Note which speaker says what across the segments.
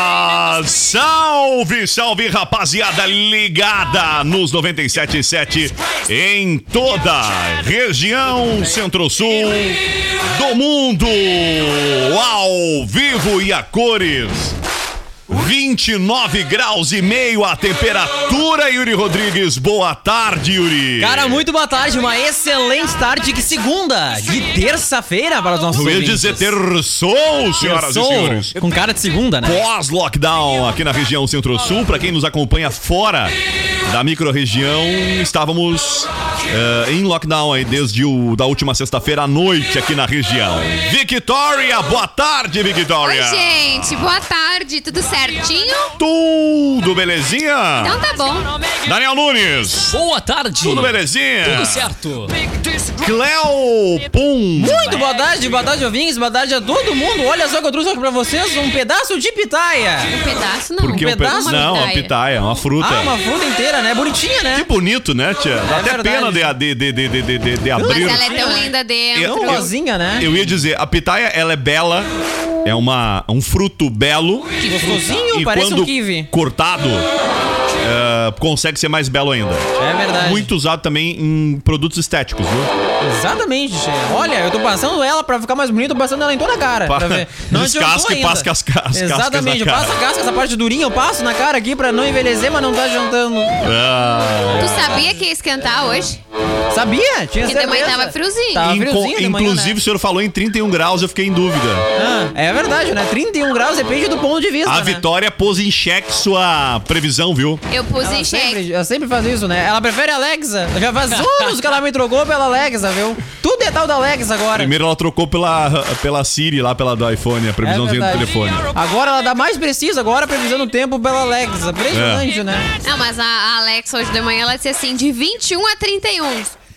Speaker 1: Salve, salve, rapaziada ligada nos 97.7 em toda a região centro-sul do mundo, ao vivo e a cores. 29 graus e meio a temperatura, Yuri Rodrigues. Boa tarde, Yuri.
Speaker 2: Cara, muito boa tarde, uma excelente tarde de segunda, de terça-feira para os nossos
Speaker 1: Eu ia
Speaker 2: ouvintes.
Speaker 1: dizer terçou, senhoras
Speaker 2: Terçou,
Speaker 1: e senhores.
Speaker 2: Com cara de segunda, né?
Speaker 1: Pós-lockdown aqui na região Centro-Sul, para quem nos acompanha fora da microrregião, estávamos eh, em lockdown aí desde o da última sexta-feira à noite aqui na região. Victoria, boa tarde, Victoria.
Speaker 3: Oi, gente, boa tarde, tudo certinho?
Speaker 1: Tudo belezinha?
Speaker 3: Então tá bom.
Speaker 1: Daniel Nunes.
Speaker 4: Boa tarde.
Speaker 1: Tudo belezinha?
Speaker 4: Tudo certo.
Speaker 1: Cleo Pum.
Speaker 2: Muito boa tarde, boa tarde, ouvintes, boa tarde a todo mundo. Olha só que eu trouxe aqui pra vocês um pedaço de pitaia.
Speaker 3: Um pedaço não.
Speaker 1: Porque um
Speaker 2: pedaço?
Speaker 1: pe- Não, uma pitaia, uma fruta.
Speaker 2: Ah, uma fruta inteira, né? Bonitinha,
Speaker 1: Que
Speaker 2: né?
Speaker 1: bonito, né, tia? Dá
Speaker 2: É
Speaker 1: até
Speaker 2: verdade.
Speaker 1: pena de, de, de, de, de, de, de abrir.
Speaker 3: Mas ela é tão linda
Speaker 1: Eu-
Speaker 3: dentro.
Speaker 2: Tão rosinha, né?
Speaker 1: Eu ia dizer, a pitaia, ela é bela, é uma, um fruto belo.
Speaker 2: Gostosinho,
Speaker 1: e
Speaker 2: parece
Speaker 1: quando
Speaker 2: um kiwi.
Speaker 1: cortado, é, consegue ser mais belo ainda.
Speaker 2: É verdade.
Speaker 1: Muito usado também em produtos estéticos, viu?
Speaker 2: Exatamente, gente. Olha, eu tô passando ela pra ficar mais bonita, tô passando ela em toda a cara. tá
Speaker 1: Pa-
Speaker 2: pra ver. adiantou
Speaker 1: Descasca e
Speaker 2: ainda.
Speaker 1: passa as cascas- as
Speaker 2: Exatamente,
Speaker 1: cascas na
Speaker 2: eu passo a casca, essa parte durinha, eu passo na cara aqui pra não envelhecer, mas não tá jantando.
Speaker 1: Ah,
Speaker 3: Tu sabia que ia esquentar hoje?
Speaker 2: Sabia? Tinha
Speaker 3: Que de manhã
Speaker 2: certeza.
Speaker 3: tava friozinho.
Speaker 2: Tava
Speaker 1: inco-
Speaker 2: Ah, friozinho de manhã,
Speaker 1: inclusive,
Speaker 2: né?
Speaker 1: o senhor falou em 31 graus, eu fiquei em dúvida.
Speaker 2: Ah, é verdade, né? 31 graus depende do ponto de vista.
Speaker 1: A
Speaker 2: né?
Speaker 1: Vitória pôs em xeque sua previsão, viu?
Speaker 3: Eu pus
Speaker 2: Ela
Speaker 3: em xeque.
Speaker 2: sempre, ela sempre faz isso, né? Ela prefere a Alexa. Já faz anos que ela me trocou pela Alexa, viu? Tudo é tal da Alexa agora.
Speaker 1: Primeiro ela trocou pela, pela Siri lá, pela do iPhone, a
Speaker 2: É
Speaker 1: previsãozinha do
Speaker 2: verdade.
Speaker 1: telefone. É.
Speaker 2: Agora ela dá mais precisa, agora previsando o tempo pela Alexa. Impressionante, né?
Speaker 3: Não, mas a- a Alex hoje de manhã ela disse assim, de 21 a 31.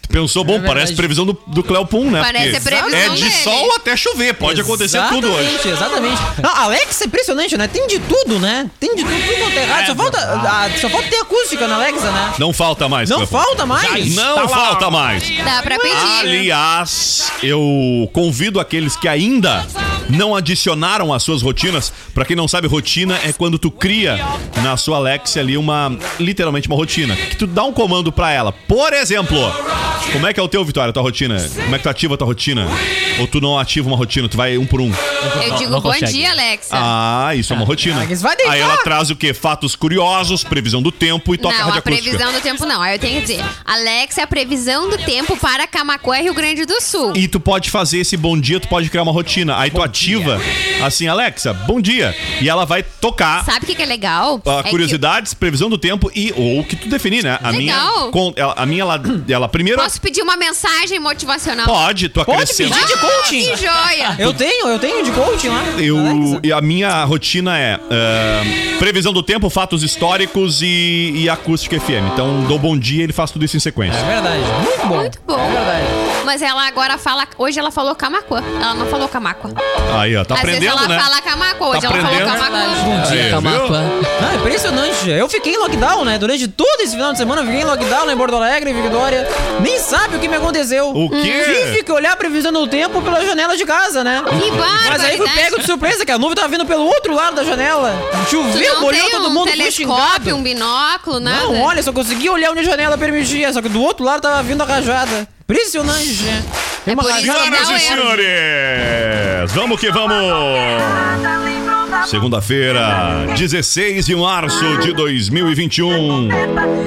Speaker 1: Pensou, bom,
Speaker 2: É verdade.
Speaker 1: parece previsão do, do Cléo Pum, né?
Speaker 3: Parece
Speaker 1: Porque
Speaker 3: a previsão
Speaker 1: É de
Speaker 3: dele.
Speaker 1: sol até chover, pode acontecer tudo hoje.
Speaker 2: Exatamente, exatamente. Não, a Alexa é impressionante, né? Tem de tudo, né? Tem de tudo, tudo quanto é errado. Só falta, ah, só falta ter acústica na Alexa, né?
Speaker 1: Não falta mais,
Speaker 2: Não
Speaker 1: Cléo Pum.
Speaker 2: falta mais.
Speaker 1: Não falta mais.
Speaker 3: Dá pra pedir.
Speaker 1: Aliás, eu convido aqueles que ainda não adicionaram as suas rotinas. Pra quem não sabe, rotina é quando tu cria na sua Alexa ali uma literalmente uma rotina, que tu dá um comando pra ela. Por exemplo, como é que é o teu Vitória, tua rotina? Como é que tu ativa a tua rotina? Ou tu não ativa uma rotina, tu vai um por um.
Speaker 3: Eu digo
Speaker 4: não
Speaker 3: bom
Speaker 4: consegue.
Speaker 3: dia, Alexa.
Speaker 1: Ah, isso é uma rotina.
Speaker 2: Ah, isso vai deitar.
Speaker 1: Aí ela traz o quê? Fatos curiosos, previsão do tempo e toca
Speaker 3: não, a
Speaker 1: radioacústica.
Speaker 3: previsão do tempo não. Aí eu tenho que dizer, Alexa, é a previsão do tempo para Camacuã, Rio Grande do Sul.
Speaker 1: E tu pode fazer esse bom dia, tu pode criar uma rotina. Aí tu ativa, assim, Alexa, bom dia. E ela vai tocar
Speaker 3: Sabe o que, que é legal?
Speaker 1: ah,
Speaker 3: É que-
Speaker 1: curiosidades, previsão do tempo e ou o que tu definir, né? A minha,
Speaker 3: Legal.
Speaker 1: com- ela- a minha ela, ela primeiro
Speaker 3: Posso pedir uma mensagem motivacional?
Speaker 1: pode, tu
Speaker 2: Pode
Speaker 1: acrescenta.
Speaker 2: pedir de coaching.
Speaker 3: Ah, Que joia!
Speaker 2: Eu tenho, eu tenho de coaching lá. na Alexa.
Speaker 1: Eu, e a minha rotina é ah, previsão do tempo, fatos históricos e, e acústica FM. Então, dou bom dia, ele faz tudo isso em
Speaker 2: É
Speaker 1: sequência.
Speaker 2: verdade. Muito bom.
Speaker 3: Muito bom.
Speaker 2: É verdade.
Speaker 3: Mas ela agora fala. Hoje ela falou Camacuã. Ela não falou Camacuã.
Speaker 1: Aí, ó, tá
Speaker 3: Às vezes
Speaker 1: aprendendo,
Speaker 3: ela
Speaker 1: né?
Speaker 3: fala é Camacuã. Hoje
Speaker 1: Tá
Speaker 3: ela falou
Speaker 1: aprendendo.
Speaker 3: Camacuã.
Speaker 4: Bom
Speaker 1: Aí,
Speaker 4: dia, Camapa.
Speaker 2: Ah, impressionante. Eu fiquei em lockdown, né? Durante todo esse final de semana, eu fiquei em lockdown lá em Porto Alegre, em Vitória. Nem sabe o que me aconteceu.
Speaker 1: O quê?
Speaker 2: Tive que olhar a previsão do tempo pela janela de casa, né?
Speaker 3: Que
Speaker 2: Mas aí fui pego de
Speaker 3: barbaridade.
Speaker 2: surpresa, que a nuvem tava vindo pelo outro lado da janela.
Speaker 3: Tu
Speaker 2: Choveu,
Speaker 3: não
Speaker 2: molhou
Speaker 3: tem
Speaker 2: todo
Speaker 3: um
Speaker 2: mundo, fui xingado.
Speaker 3: telescópio, um binóculo, nada?
Speaker 2: Não, olha, só consegui olhar onde a janela permitia, só que do outro lado tava vindo a rajada. Impressionante, né? Tem
Speaker 3: É por isso que
Speaker 1: Senhoras
Speaker 3: Não,
Speaker 1: e
Speaker 3: é.
Speaker 1: senhores, vamos que vamos! Segunda-feira, 16 de março de 2021.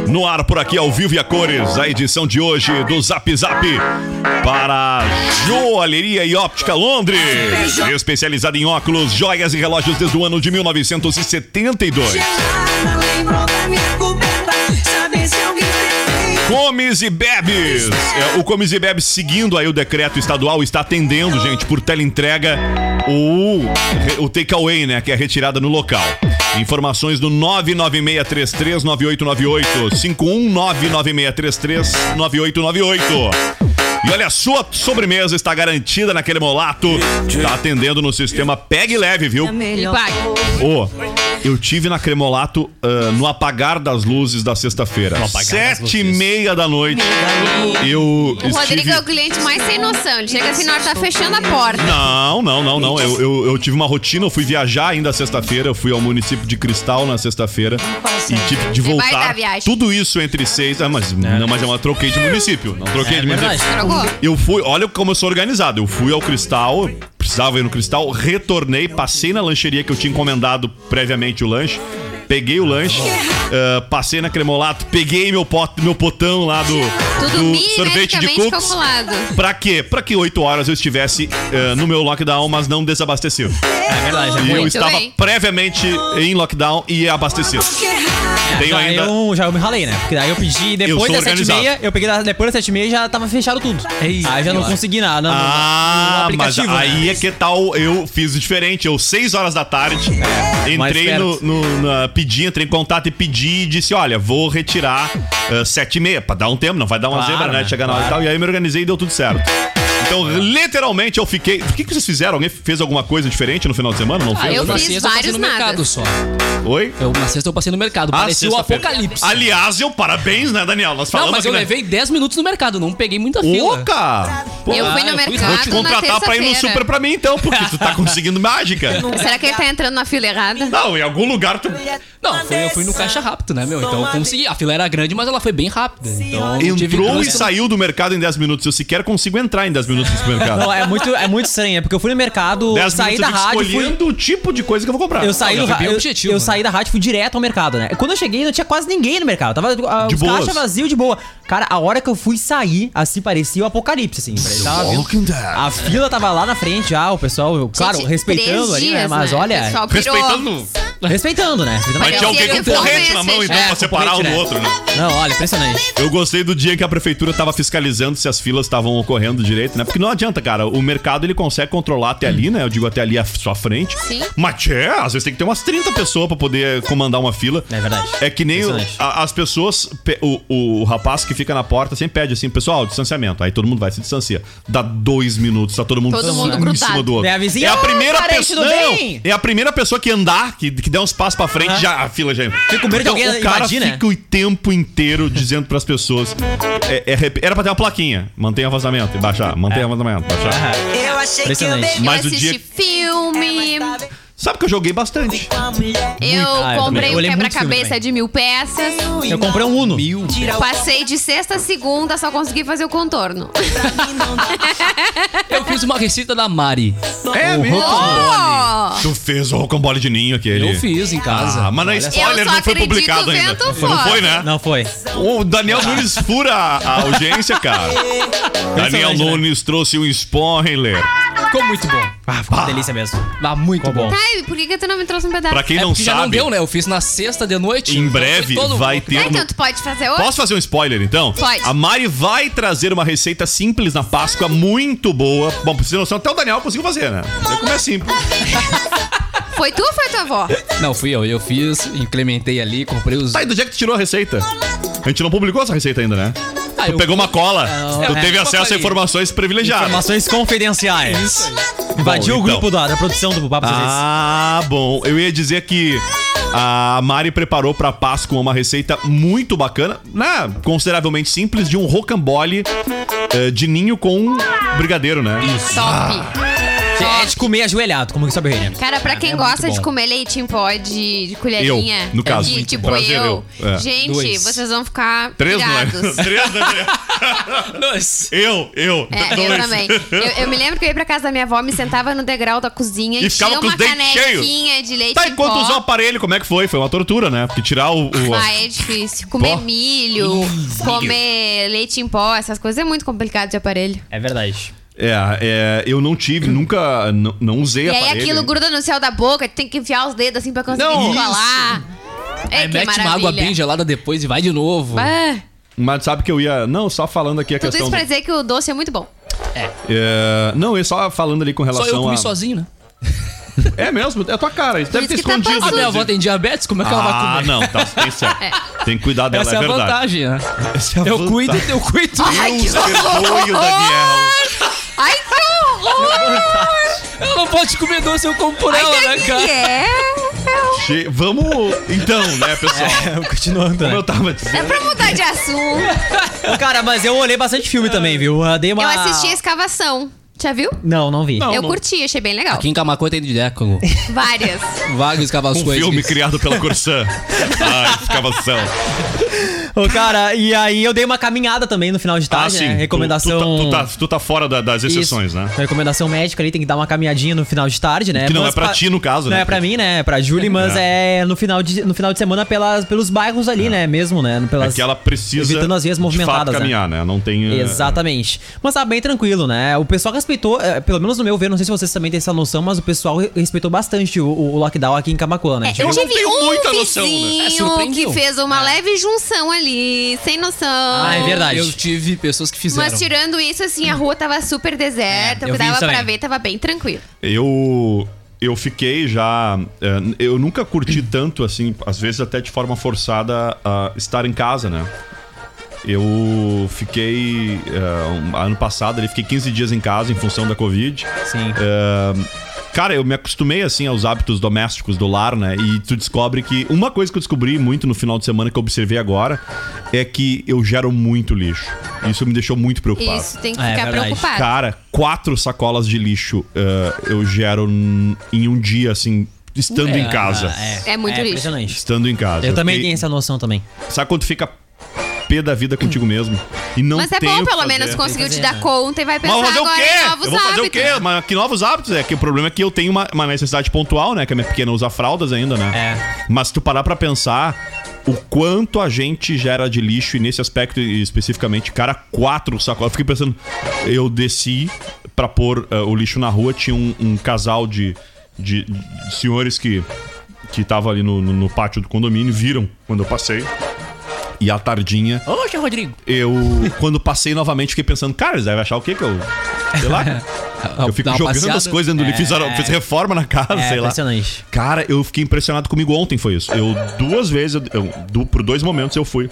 Speaker 1: No ar por aqui ao vivo e a cores, a edição de hoje do Zap Zap para Joalheria e Óptica Londres, especializada em óculos, joias e relógios desde o ano de 1972. Comes e Bebes. É, o Comes e Bebes, seguindo aí o decreto estadual, está atendendo, gente, por teleentrega o, o takeaway, né? Que é a retirada no local. Informações do 996339898. 51996339898. E olha, a sua sobremesa está garantida naquele molato. Está atendendo no sistema Pegue Leve, viu?
Speaker 3: E pague.
Speaker 1: Ô, eu tive na Cremolato ah, no apagar das luzes da sexta-feira.
Speaker 2: apagar das
Speaker 1: Sete e
Speaker 2: luzes.
Speaker 1: meia da noite. Eu
Speaker 3: O Rodrigo
Speaker 1: estive...
Speaker 3: é o cliente mais sem noção. Ele chega assim, nós tá fechando a porta.
Speaker 1: Não, não, não, não. Eu, eu, eu tive uma rotina, eu fui viajar ainda sexta-feira, eu fui ao município de Cristal na sexta-feira e tive de
Speaker 3: Você vai dar
Speaker 1: voltar.
Speaker 3: viagem.
Speaker 1: Tudo isso entre seis. Ah, mas, Não, mas eu troquei de município. Não troquei
Speaker 2: É
Speaker 1: de município.
Speaker 2: verdade.
Speaker 3: Trocou?
Speaker 1: Eu fui, olha como eu sou organizado. Eu fui ao Cristal, eu precisava ir no Cristal, retornei, passei na lancheria que eu tinha encomendado previamente o lanche. Peguei o lanche,
Speaker 3: tá
Speaker 1: ah, passei na Cremolato, peguei meu, pot, meu potão lá do, do
Speaker 3: Tudo
Speaker 1: sorvete de
Speaker 3: milimetricamente
Speaker 1: cookies.
Speaker 3: calculado.
Speaker 1: Pra quê? Pra que 8 horas eu estivesse ah, no meu lockdown, mas não desabastecido.
Speaker 2: É verdade, é
Speaker 1: E eu
Speaker 3: Muito
Speaker 1: estava
Speaker 3: bem.
Speaker 1: previamente em lockdown e abastecido. Tenho
Speaker 2: Ah, já,
Speaker 1: ainda.
Speaker 2: eu, já eu me ralei, né? Porque daí eu pedi
Speaker 1: Eu
Speaker 2: depois
Speaker 1: sou
Speaker 2: das sete e
Speaker 1: organizado.
Speaker 2: meia, eu peguei da- depois das sete e meia e já tava fechado tudo.
Speaker 3: É
Speaker 2: aí já não consegui nada. no- no- no
Speaker 1: Ah, mas
Speaker 2: aplicativo,
Speaker 1: aí
Speaker 2: né?
Speaker 1: é que tal eu fiz diferente. Eu, 6 horas da tarde,
Speaker 2: É, mais
Speaker 1: entrei no,
Speaker 2: perto.
Speaker 1: no- na, pedi, entrei em contato e pedi e disse: olha, vou retirar 7 e meia, pra dar um tempo, não vai dar uma
Speaker 2: Claro,
Speaker 1: zebra, né?
Speaker 2: né?
Speaker 1: Chegar na hora e tal. E aí eu me organizei e deu tudo certo. Então, literalmente, eu fiquei. O que, que vocês fizeram? Alguém fez alguma coisa diferente no final de semana? Não fez?
Speaker 3: Ah, eu
Speaker 1: né?
Speaker 2: Na
Speaker 3: fiz
Speaker 2: sexta passei
Speaker 3: vários
Speaker 2: no
Speaker 3: nada.
Speaker 2: mercado só.
Speaker 1: Oi?
Speaker 2: Eu, na sexta eu passei no mercado.
Speaker 1: Ah,
Speaker 2: Parecia o
Speaker 1: sexta-feira.
Speaker 2: apocalipse.
Speaker 1: Aliás, eu parabéns, né, Daniel? Nós falamos
Speaker 2: Não, mas
Speaker 1: aqui,
Speaker 2: eu
Speaker 1: né?
Speaker 2: levei 10 minutos no mercado, não peguei muita fila.
Speaker 1: Ô, cara! Pô,
Speaker 3: Eu fui no
Speaker 2: eu fui-
Speaker 3: mercado
Speaker 1: vou te contratar
Speaker 3: na
Speaker 1: pra ir no
Speaker 3: terça-feira.
Speaker 1: super pra mim, então, porque tu tá conseguindo mágica.
Speaker 3: Será que ele tá entrando na fila errada?
Speaker 1: Não, em algum lugar tu.
Speaker 2: Não, foi- eu fui no caixa rápido, né, meu? Então eu consegui. A fila era grande, mas ela foi bem rápida. Então eu não tive
Speaker 1: Entrou e
Speaker 2: trânsito.
Speaker 1: saiu do mercado em 10 minutos. Eu sequer consigo entrar em 10 minutos no
Speaker 5: Não,
Speaker 1: supermercado.
Speaker 5: é muito, é muito estranho, é porque eu fui no mercado,
Speaker 1: 10
Speaker 5: saí
Speaker 1: minutos eu
Speaker 5: da
Speaker 1: fico
Speaker 5: rádio, fui.
Speaker 1: escolhendo o tipo de coisa que eu um vou comprar.
Speaker 5: Eu saí,
Speaker 2: Não, mas
Speaker 5: do
Speaker 2: é
Speaker 5: ra-
Speaker 2: bem
Speaker 5: eu,
Speaker 2: objetivo,
Speaker 5: eu
Speaker 2: né?
Speaker 5: saí da rádio e fui direto ao mercado, né? Quando eu cheguei, não tinha quase ninguém no mercado. Tava ah,
Speaker 1: De
Speaker 5: os
Speaker 1: boas.
Speaker 5: caixa vazio de boa. Cara, a hora que eu fui sair, assim, parecia o apocalipse, assim. parecia- tava vindo- a fila tava lá na frente já, o pessoal, eu- claro,
Speaker 3: Gente,
Speaker 5: respeitando
Speaker 3: três
Speaker 5: ali, né?
Speaker 3: dias,
Speaker 5: Mas
Speaker 3: né?
Speaker 5: olha,
Speaker 3: O pessoal pirou.
Speaker 1: Respeitando.
Speaker 5: respeitando, né? Respeitando
Speaker 1: Mas
Speaker 3: Mas
Speaker 1: tinha
Speaker 3: eu
Speaker 1: alguém
Speaker 3: sei
Speaker 1: com
Speaker 3: que eu
Speaker 1: porrete
Speaker 3: vou
Speaker 1: na mão,
Speaker 3: vencer,
Speaker 1: então,
Speaker 3: é,
Speaker 1: pra
Speaker 2: com
Speaker 1: separar um do
Speaker 2: porrete, né?
Speaker 1: outro, né?
Speaker 5: Não, olha, impressionante.
Speaker 1: Eu gostei do dia que a prefeitura tava fiscalizando se as filas estavam ocorrendo direito, né? Porque não adianta, cara. O mercado ele consegue controlar até ali, né? Eu digo até ali a sua frente.
Speaker 3: Sim.
Speaker 1: Mas é, às vezes tem que ter umas 30 pessoas pra poder comandar uma fila.
Speaker 5: É verdade.
Speaker 1: É que nem o-
Speaker 5: Impressionante.
Speaker 1: a- as pessoas. pe- O, o rapaz que fica na porta sempre pede assim, pessoal, distanciamento. Aí todo mundo vai, se distancia. Dá dois minutos, tá todo mundo,
Speaker 3: Todo mundo
Speaker 1: em
Speaker 3: grudado.
Speaker 1: cima do outro.
Speaker 5: É a vizinha, "Ah,
Speaker 1: primeira
Speaker 5: parente,
Speaker 1: pessoa.
Speaker 5: tudo
Speaker 1: não,
Speaker 5: bem?"
Speaker 1: É a primeira pessoa que andar, que, que der uns passos pra frente, já a fila já. Fica
Speaker 5: com medo de alguém
Speaker 1: O cara
Speaker 5: invadir, né?
Speaker 1: fica o tempo inteiro dizendo pras pessoas. é- é rep- era pra ter uma plaquinha. Mantenha o vazamento e baixar. Mantenha o vazamento,
Speaker 5: É.
Speaker 1: baixar.
Speaker 6: Eu achei que eu
Speaker 5: Impressionante.
Speaker 6: beijei
Speaker 1: Mas
Speaker 3: eu
Speaker 1: o dia-
Speaker 3: assisti
Speaker 5: É,
Speaker 3: filme,
Speaker 5: tá
Speaker 1: Sabe que eu joguei bastante.
Speaker 6: a mulher.
Speaker 3: eu
Speaker 5: Ah, eu também.
Speaker 3: comprei
Speaker 5: Eu
Speaker 3: um
Speaker 5: olhei muito
Speaker 3: quebra-cabeça
Speaker 5: filme
Speaker 3: de mil peças.
Speaker 5: Eu comprei um Uno.
Speaker 6: Tirar o
Speaker 3: Passei de sexta a segunda, só consegui fazer o contorno.
Speaker 2: Eu fiz uma receita da Mari.
Speaker 1: É,
Speaker 3: Oh!
Speaker 1: Tu fez o rocambole de ninho aquele.
Speaker 2: Eu fiz em casa.
Speaker 1: Ah, mas não é
Speaker 2: Olha
Speaker 1: spoiler,
Speaker 3: só
Speaker 1: não foi
Speaker 3: acredito
Speaker 1: publicado ainda.
Speaker 3: vendo
Speaker 1: Não
Speaker 3: foto.
Speaker 1: foi, né?
Speaker 5: Não foi.
Speaker 1: O Daniel Nunes fura a, a audiência, cara. Daniel
Speaker 5: Impressionante, né?
Speaker 1: Nunes trouxe um spoiler.
Speaker 2: Ficou muito bom.
Speaker 5: Ah, ficou uma delícia mesmo.
Speaker 2: Ah, muito bom.
Speaker 3: Tá, e por que, que tu não me trouxe um pedaço?
Speaker 1: Pra quem
Speaker 2: É
Speaker 1: não
Speaker 2: porque já não
Speaker 1: sabe,
Speaker 2: deu, né? Eu fiz na sexta de noite.
Speaker 1: em
Speaker 2: então foi
Speaker 1: breve
Speaker 2: todo mundo.
Speaker 1: vai ter.
Speaker 3: Ah,
Speaker 1: no-
Speaker 3: então tu pode fazer hoje?
Speaker 1: Posso fazer um spoiler então?
Speaker 3: Pode.
Speaker 1: A Mari vai trazer uma receita simples na Páscoa, muito boa. Bom, pra você ter noção, até o Daniel conseguiu fazer, né? Vê Como é simples.
Speaker 3: Foi tu ou foi tua avó?
Speaker 2: Não, fui eu. Eu fiz, implementei ali, comprei os.
Speaker 1: Tá, e do dia que tu tirou a receita? A gente não publicou essa receita ainda, né?
Speaker 2: Ah,
Speaker 1: Tu
Speaker 2: eu-
Speaker 1: pegou uma cola, tu
Speaker 2: é,
Speaker 1: teve
Speaker 2: eu
Speaker 1: acesso a
Speaker 2: falei.
Speaker 1: informações privilegiadas.
Speaker 5: Informações confidenciais. Invadiu
Speaker 1: Bom, então.
Speaker 5: o grupo da, da produção do Papo ah.
Speaker 1: Ah, bom. Eu ia dizer que a Mari preparou pra Páscoa uma receita muito bacana, né? Consideravelmente simples, de um rocambole eh, de ninho com brigadeiro, né?
Speaker 3: Top.
Speaker 5: É de comer ajoelhado, como que sabe, né?
Speaker 3: Cara, pra quem gosta de
Speaker 5: bom.
Speaker 3: comer leitinho pó de, de colherinha.
Speaker 1: Eu, no caso.
Speaker 3: de- tipo
Speaker 1: Prazer,
Speaker 3: eu.
Speaker 1: eu. É.
Speaker 3: Gente,
Speaker 2: Dois.
Speaker 3: vocês vão ficar
Speaker 1: Três, não é?
Speaker 3: pirados.
Speaker 1: Três, não é?
Speaker 2: Nossa.
Speaker 1: Eu, eu.
Speaker 3: É,
Speaker 1: dois.
Speaker 3: eu também. Eu, eu me lembro que eu ia pra casa da minha avó, me sentava no degrau da cozinha
Speaker 1: E
Speaker 3: e,
Speaker 1: ficava
Speaker 3: tinha
Speaker 1: com os
Speaker 3: uma
Speaker 1: dentes cheios.
Speaker 3: canequinha de leite
Speaker 1: Tá,
Speaker 3: em
Speaker 1: enquanto
Speaker 3: pó.
Speaker 1: usar o aparelho, como é que foi? Foi uma tortura, né? Porque tirar o. o-
Speaker 3: Ah, é difícil. Comer
Speaker 1: Pó?
Speaker 3: milho, comer leite em pó, essas coisas é muito complicado de aparelho.
Speaker 5: É verdade.
Speaker 1: É, é, eu não tive, nunca. n- Não usei
Speaker 3: e aí
Speaker 1: aparelho.
Speaker 3: aquilo gruda no céu da boca, tem que enfiar os dedos assim pra conseguir
Speaker 1: Não,
Speaker 3: descolar. É,
Speaker 2: Aí
Speaker 3: que
Speaker 2: mete uma água
Speaker 3: maravilha.
Speaker 2: bem gelada depois e vai de novo.
Speaker 3: Ah,
Speaker 1: Mas sabe que eu ia. Não, só falando aqui a
Speaker 3: tudo
Speaker 1: questão.
Speaker 3: isso pra
Speaker 1: do-
Speaker 3: dizer que o doce é muito bom.
Speaker 1: É, não, eu só falando ali com relação
Speaker 2: Só eu comi
Speaker 1: a.
Speaker 2: sozinho, né?
Speaker 1: É mesmo, é a tua cara. Isso deve
Speaker 3: isso
Speaker 1: ter
Speaker 3: que tá
Speaker 1: escondido.
Speaker 2: A
Speaker 3: passando.
Speaker 2: minha avó tem diabetes, como é que ela vai
Speaker 1: Ah,
Speaker 2: comer?
Speaker 1: não, tá, tem, certo. tem que cuidar dela,
Speaker 2: Essa é
Speaker 1: é
Speaker 2: a
Speaker 1: verdade.
Speaker 2: vantagem, né?
Speaker 1: Essa é a
Speaker 2: Eu
Speaker 1: vantagem.
Speaker 2: cuido e eu cuido.
Speaker 1: Deus perdoe o Daniel.
Speaker 3: Ai, que horror!
Speaker 2: Ela não pode comer doce, eu como por ela,
Speaker 3: Ai,
Speaker 2: né,
Speaker 3: que
Speaker 2: cara?
Speaker 3: é?
Speaker 1: Che- Vamos, então, né, pessoal?
Speaker 5: Continuando,
Speaker 1: Como
Speaker 5: né?
Speaker 1: eu tava
Speaker 3: É
Speaker 1: dizendo.
Speaker 3: pra mudar de assunto.
Speaker 5: Ô, Cara, mas eu olhei bastante filme também, viu? Eu dei uma...
Speaker 3: Ah. Eu assisti a escavação. Já viu?
Speaker 5: Não, não vi.
Speaker 3: É, eu curti, achei bem legal.
Speaker 2: Aqui em Camacuã tem de décolo.
Speaker 3: Várias.
Speaker 2: Vários escavações.
Speaker 1: Um filme criado pela Corsã. Ai, escavação.
Speaker 5: Ô, cara, e aí eu dei uma caminhada também no final de
Speaker 2: Ah,
Speaker 1: Tá,
Speaker 5: tarde,
Speaker 1: sim.
Speaker 2: é,
Speaker 5: né?
Speaker 1: tu-
Speaker 5: Recomendação...
Speaker 1: Tu, tá, tu tá- tu tá fora da- das
Speaker 5: Isso.
Speaker 1: exceções, né?
Speaker 5: Recomendação médica ali, tem que dar uma caminhadinha no final de tarde, né?
Speaker 1: Que não
Speaker 5: Mas
Speaker 1: é pra ti, no caso,
Speaker 5: não
Speaker 1: né?
Speaker 5: é pra mim, né? É pra Julie, mas é, no, final de, no final de semana pelas, pelos bairros ali, né? Mesmo, né?
Speaker 1: É
Speaker 5: Pelas,
Speaker 1: que ela precisa
Speaker 5: Evitando as vias
Speaker 1: de fato,
Speaker 5: movimentadas, né?
Speaker 1: caminhar, né? Não tem. eh,
Speaker 5: Exatamente. Mas tá bem tranquilo, né? O pessoal respeitou, eh, pelo menos no meu ver, não sei se vocês também têm essa noção, mas o pessoal re- respeitou bastante o, o lockdown aqui em Camacuã, né?
Speaker 3: É, eu
Speaker 1: não
Speaker 3: tive
Speaker 1: tenho
Speaker 3: um
Speaker 1: muita noção, né?
Speaker 2: É,
Speaker 3: vizinho
Speaker 2: surpreendeu.
Speaker 3: que fez uma leve junção ali, sem noção.
Speaker 5: É. Ah, é verdade.
Speaker 2: Eu tive pessoas que fizeram.
Speaker 3: Mas tirando isso, assim, a rua tava super deserta.
Speaker 5: É,
Speaker 3: o que
Speaker 5: eu vi
Speaker 3: dava
Speaker 5: isso
Speaker 3: pra
Speaker 5: também.
Speaker 3: ver tava bem tranquilo.
Speaker 1: Eu eu fiquei já, eh, eu nunca curti tanto assim, às vezes até de forma forçada a estar em casa, né? Eu fiquei eh, um- ano passado, ali fiquei 15 dias em casa em função da Covid. É,
Speaker 5: Sim.
Speaker 1: Cara, eu me acostumei assim aos hábitos domésticos do lar, né? E tu descobre que uma coisa que eu descobri muito no final de semana que eu observei agora é que eu gero muito lixo. Isso me deixou muito preocupado.
Speaker 3: Isso, tem que
Speaker 5: É,
Speaker 3: ficar
Speaker 5: verdade.
Speaker 3: preocupado.
Speaker 1: Cara, quatro sacolas de lixo eh, eu gero n- em um dia, assim, estando em casa.
Speaker 3: É muito lixo.
Speaker 5: impressionante.
Speaker 1: Estando em casa.
Speaker 5: ah, Eu também
Speaker 1: fiquei-
Speaker 5: tenho essa noção também.
Speaker 1: Sabe quando tu fica pé da vida contigo mesmo? E não
Speaker 3: Mas é
Speaker 1: tem o
Speaker 3: bom,
Speaker 1: que
Speaker 3: pelo
Speaker 1: fazer.
Speaker 3: menos, conseguiu te
Speaker 5: fazer,
Speaker 3: dar
Speaker 5: né?
Speaker 3: conta e vai
Speaker 1: Mas
Speaker 3: pensar
Speaker 1: vou fazer o
Speaker 3: agora em
Speaker 1: quê?
Speaker 3: novos
Speaker 1: Eu vou fazer o
Speaker 3: hábitos.
Speaker 1: quê? Mas que novos hábitos? É que o problema é que eu tenho uma, uma necessidade pontual, né? Que a minha pequena usa fraldas ainda, né? Mas se tu parar pra pensar o quanto a gente gera de lixo e nesse aspecto especificamente, cara, quatro sacolas. Eu fiquei pensando, eu desci pra pôr eh, o lixo na rua, tinha um, um casal de, de, de senhores que que tava ali no, no- no pátio do condomínio, viram quando eu passei. E à tardinha,
Speaker 2: Oxe, Rodrigo.
Speaker 1: eu, quando passei novamente, fiquei pensando, cara, eles devem achar o quê que eu. Sei lá. Eu fico
Speaker 2: Dá uma
Speaker 1: jogando
Speaker 2: passeada.
Speaker 1: as coisas dentro do livro. Fiz, a- fiz reforma na casa,
Speaker 5: É
Speaker 1: sei lá.
Speaker 5: impressionante.
Speaker 1: Cara, eu fiquei impressionado comigo ontem, foi isso. Eu duas vezes, eu- eu- du- por dois momentos eu fui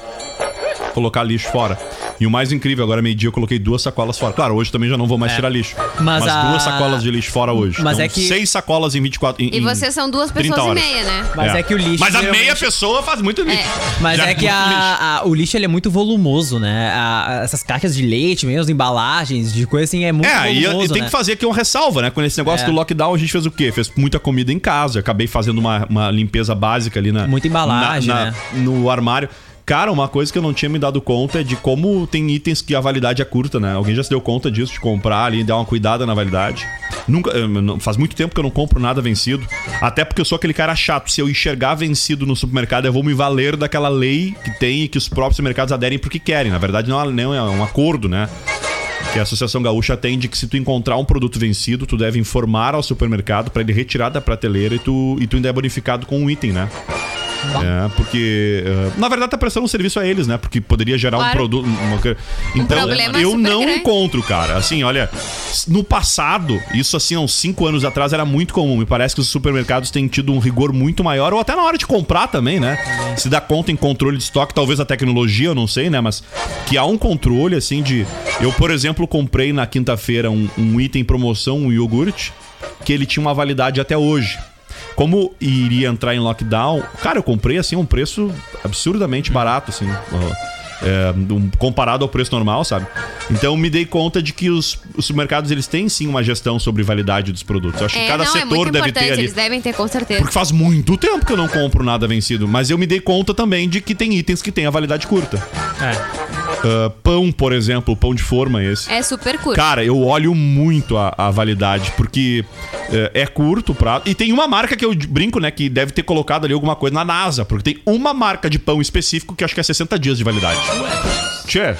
Speaker 1: colocar lixo fora. E o mais incrível, agora meio-dia eu coloquei duas sacolas fora. Claro, hoje também já não vou mais tirar lixo. Mas,
Speaker 5: É. Mas a-
Speaker 1: duas sacolas de lixo fora hoje. Então,
Speaker 5: Mas é que-
Speaker 1: Seis sacolas em 24. Em,
Speaker 3: E
Speaker 1: em
Speaker 3: vocês são duas
Speaker 1: 30
Speaker 3: pessoas e
Speaker 1: Hum. horas.
Speaker 3: meia, né?
Speaker 5: Mas é, que o lixo.
Speaker 1: Mas a
Speaker 5: geralmente-
Speaker 1: meia pessoa faz muito lixo.
Speaker 5: Mas
Speaker 1: Já
Speaker 5: é que
Speaker 1: muito lixo.
Speaker 5: a, a- o lixo ele é muito volumoso, né? A- a- essas caixas de leite mesmo, embalagens, de coisa assim, é muito
Speaker 1: É, e,
Speaker 5: volumoso,
Speaker 1: e tem
Speaker 5: né?
Speaker 1: que fazer aqui uma ressalva, né? Com esse negócio
Speaker 5: É.
Speaker 1: do lockdown, a gente fez o quê? Fez muita comida em casa. Acabei fazendo uma, uma limpeza básica ali na.
Speaker 5: Muita embalagem,
Speaker 1: na- na-
Speaker 5: né?
Speaker 1: No armário. Cara, uma coisa que eu não tinha me dado conta é de como tem itens que a validade é curta, né? Alguém já se deu conta disso, de comprar ali, dar uma cuidada na validade. Nunca, eh, não- faz muito tempo que eu não compro nada vencido. Até porque eu sou aquele cara chato. Se eu enxergar vencido no supermercado, eu vou me valer daquela lei que tem e que os próprios mercados aderem porque querem. Na verdade, não é- não é um acordo, né? que a Associação Gaúcha tem de que se tu encontrar um produto vencido, tu deve informar ao supermercado pra ele retirar da prateleira e tu, e tu ainda é bonificado com um item, né? É, porque. eh, na verdade, tá prestando um serviço a eles, né? Porque poderia gerar um
Speaker 3: Claro.
Speaker 1: produto. uma coisa- Então,
Speaker 3: problema é
Speaker 1: eu
Speaker 3: super
Speaker 1: não
Speaker 3: grande.
Speaker 1: encontro, cara. Assim, olha, no passado, isso assim, há uns 5 anos atrás, era muito comum. Me parece que os supermercados têm tido um rigor muito maior, ou até na hora de comprar também, né? Se dá conta em controle de estoque, talvez a tecnologia, eu não sei, né? Mas que há um controle, assim, de. Eu, por exemplo, comprei na quinta-feira um, um item em promoção, um iogurte, que ele tinha uma validade até hoje. Como iria entrar em lockdown, cara, eu comprei assim um preço absurdamente barato, assim. ó. é, um- comparado ao preço normal, sabe? Então me dei conta de que os, os supermercados eles têm sim uma gestão sobre validade dos produtos. Eu acho que
Speaker 3: É,
Speaker 1: cada
Speaker 3: não, é
Speaker 1: setor
Speaker 3: muito
Speaker 1: deve
Speaker 3: importante,
Speaker 1: ter ali.
Speaker 3: eles devem ter com certeza.
Speaker 1: Porque faz muito tempo que eu não compro nada vencido, mas eu me dei conta também de que tem itens que têm a validade curta. Ah, pão, por exemplo, pão de forma esse.
Speaker 3: É super curto.
Speaker 1: Cara, eu olho muito a, a validade, porque eh, é, curto o prazo. E tem uma marca que eu d- brinco, né? Que deve ter colocado ali alguma coisa na NASA, porque tem uma marca de pão específico que acho que é 60 dias de validade. Tchê.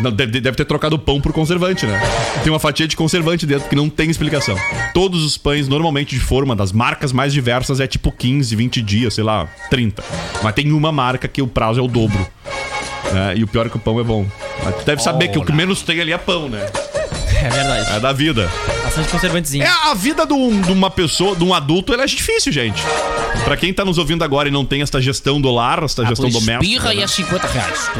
Speaker 1: Não, deve, deve ter trocado o pão por conservante, né? Tem uma fatia de conservante dentro que não tem explicação. Todos os pães, normalmente de forma, das marcas mais diversas, é tipo 15, 20 dias, sei lá, 30. Mas tem uma marca que o prazo é o dobro. né? E o pior é que o pão é bom. Mas tu deve saber que o que menos tem ali é pão, né?
Speaker 5: É verdade.
Speaker 1: É da vida.
Speaker 5: Bastante conservantezinho.
Speaker 1: É a vida de, um- de uma pessoa, de um adulto, ela é difícil, gente. Pra quem tá nos ouvindo agora e não tem esta gestão do lar, esta gestão doméstica.
Speaker 2: Espirra e
Speaker 1: né?
Speaker 2: é 50 reais.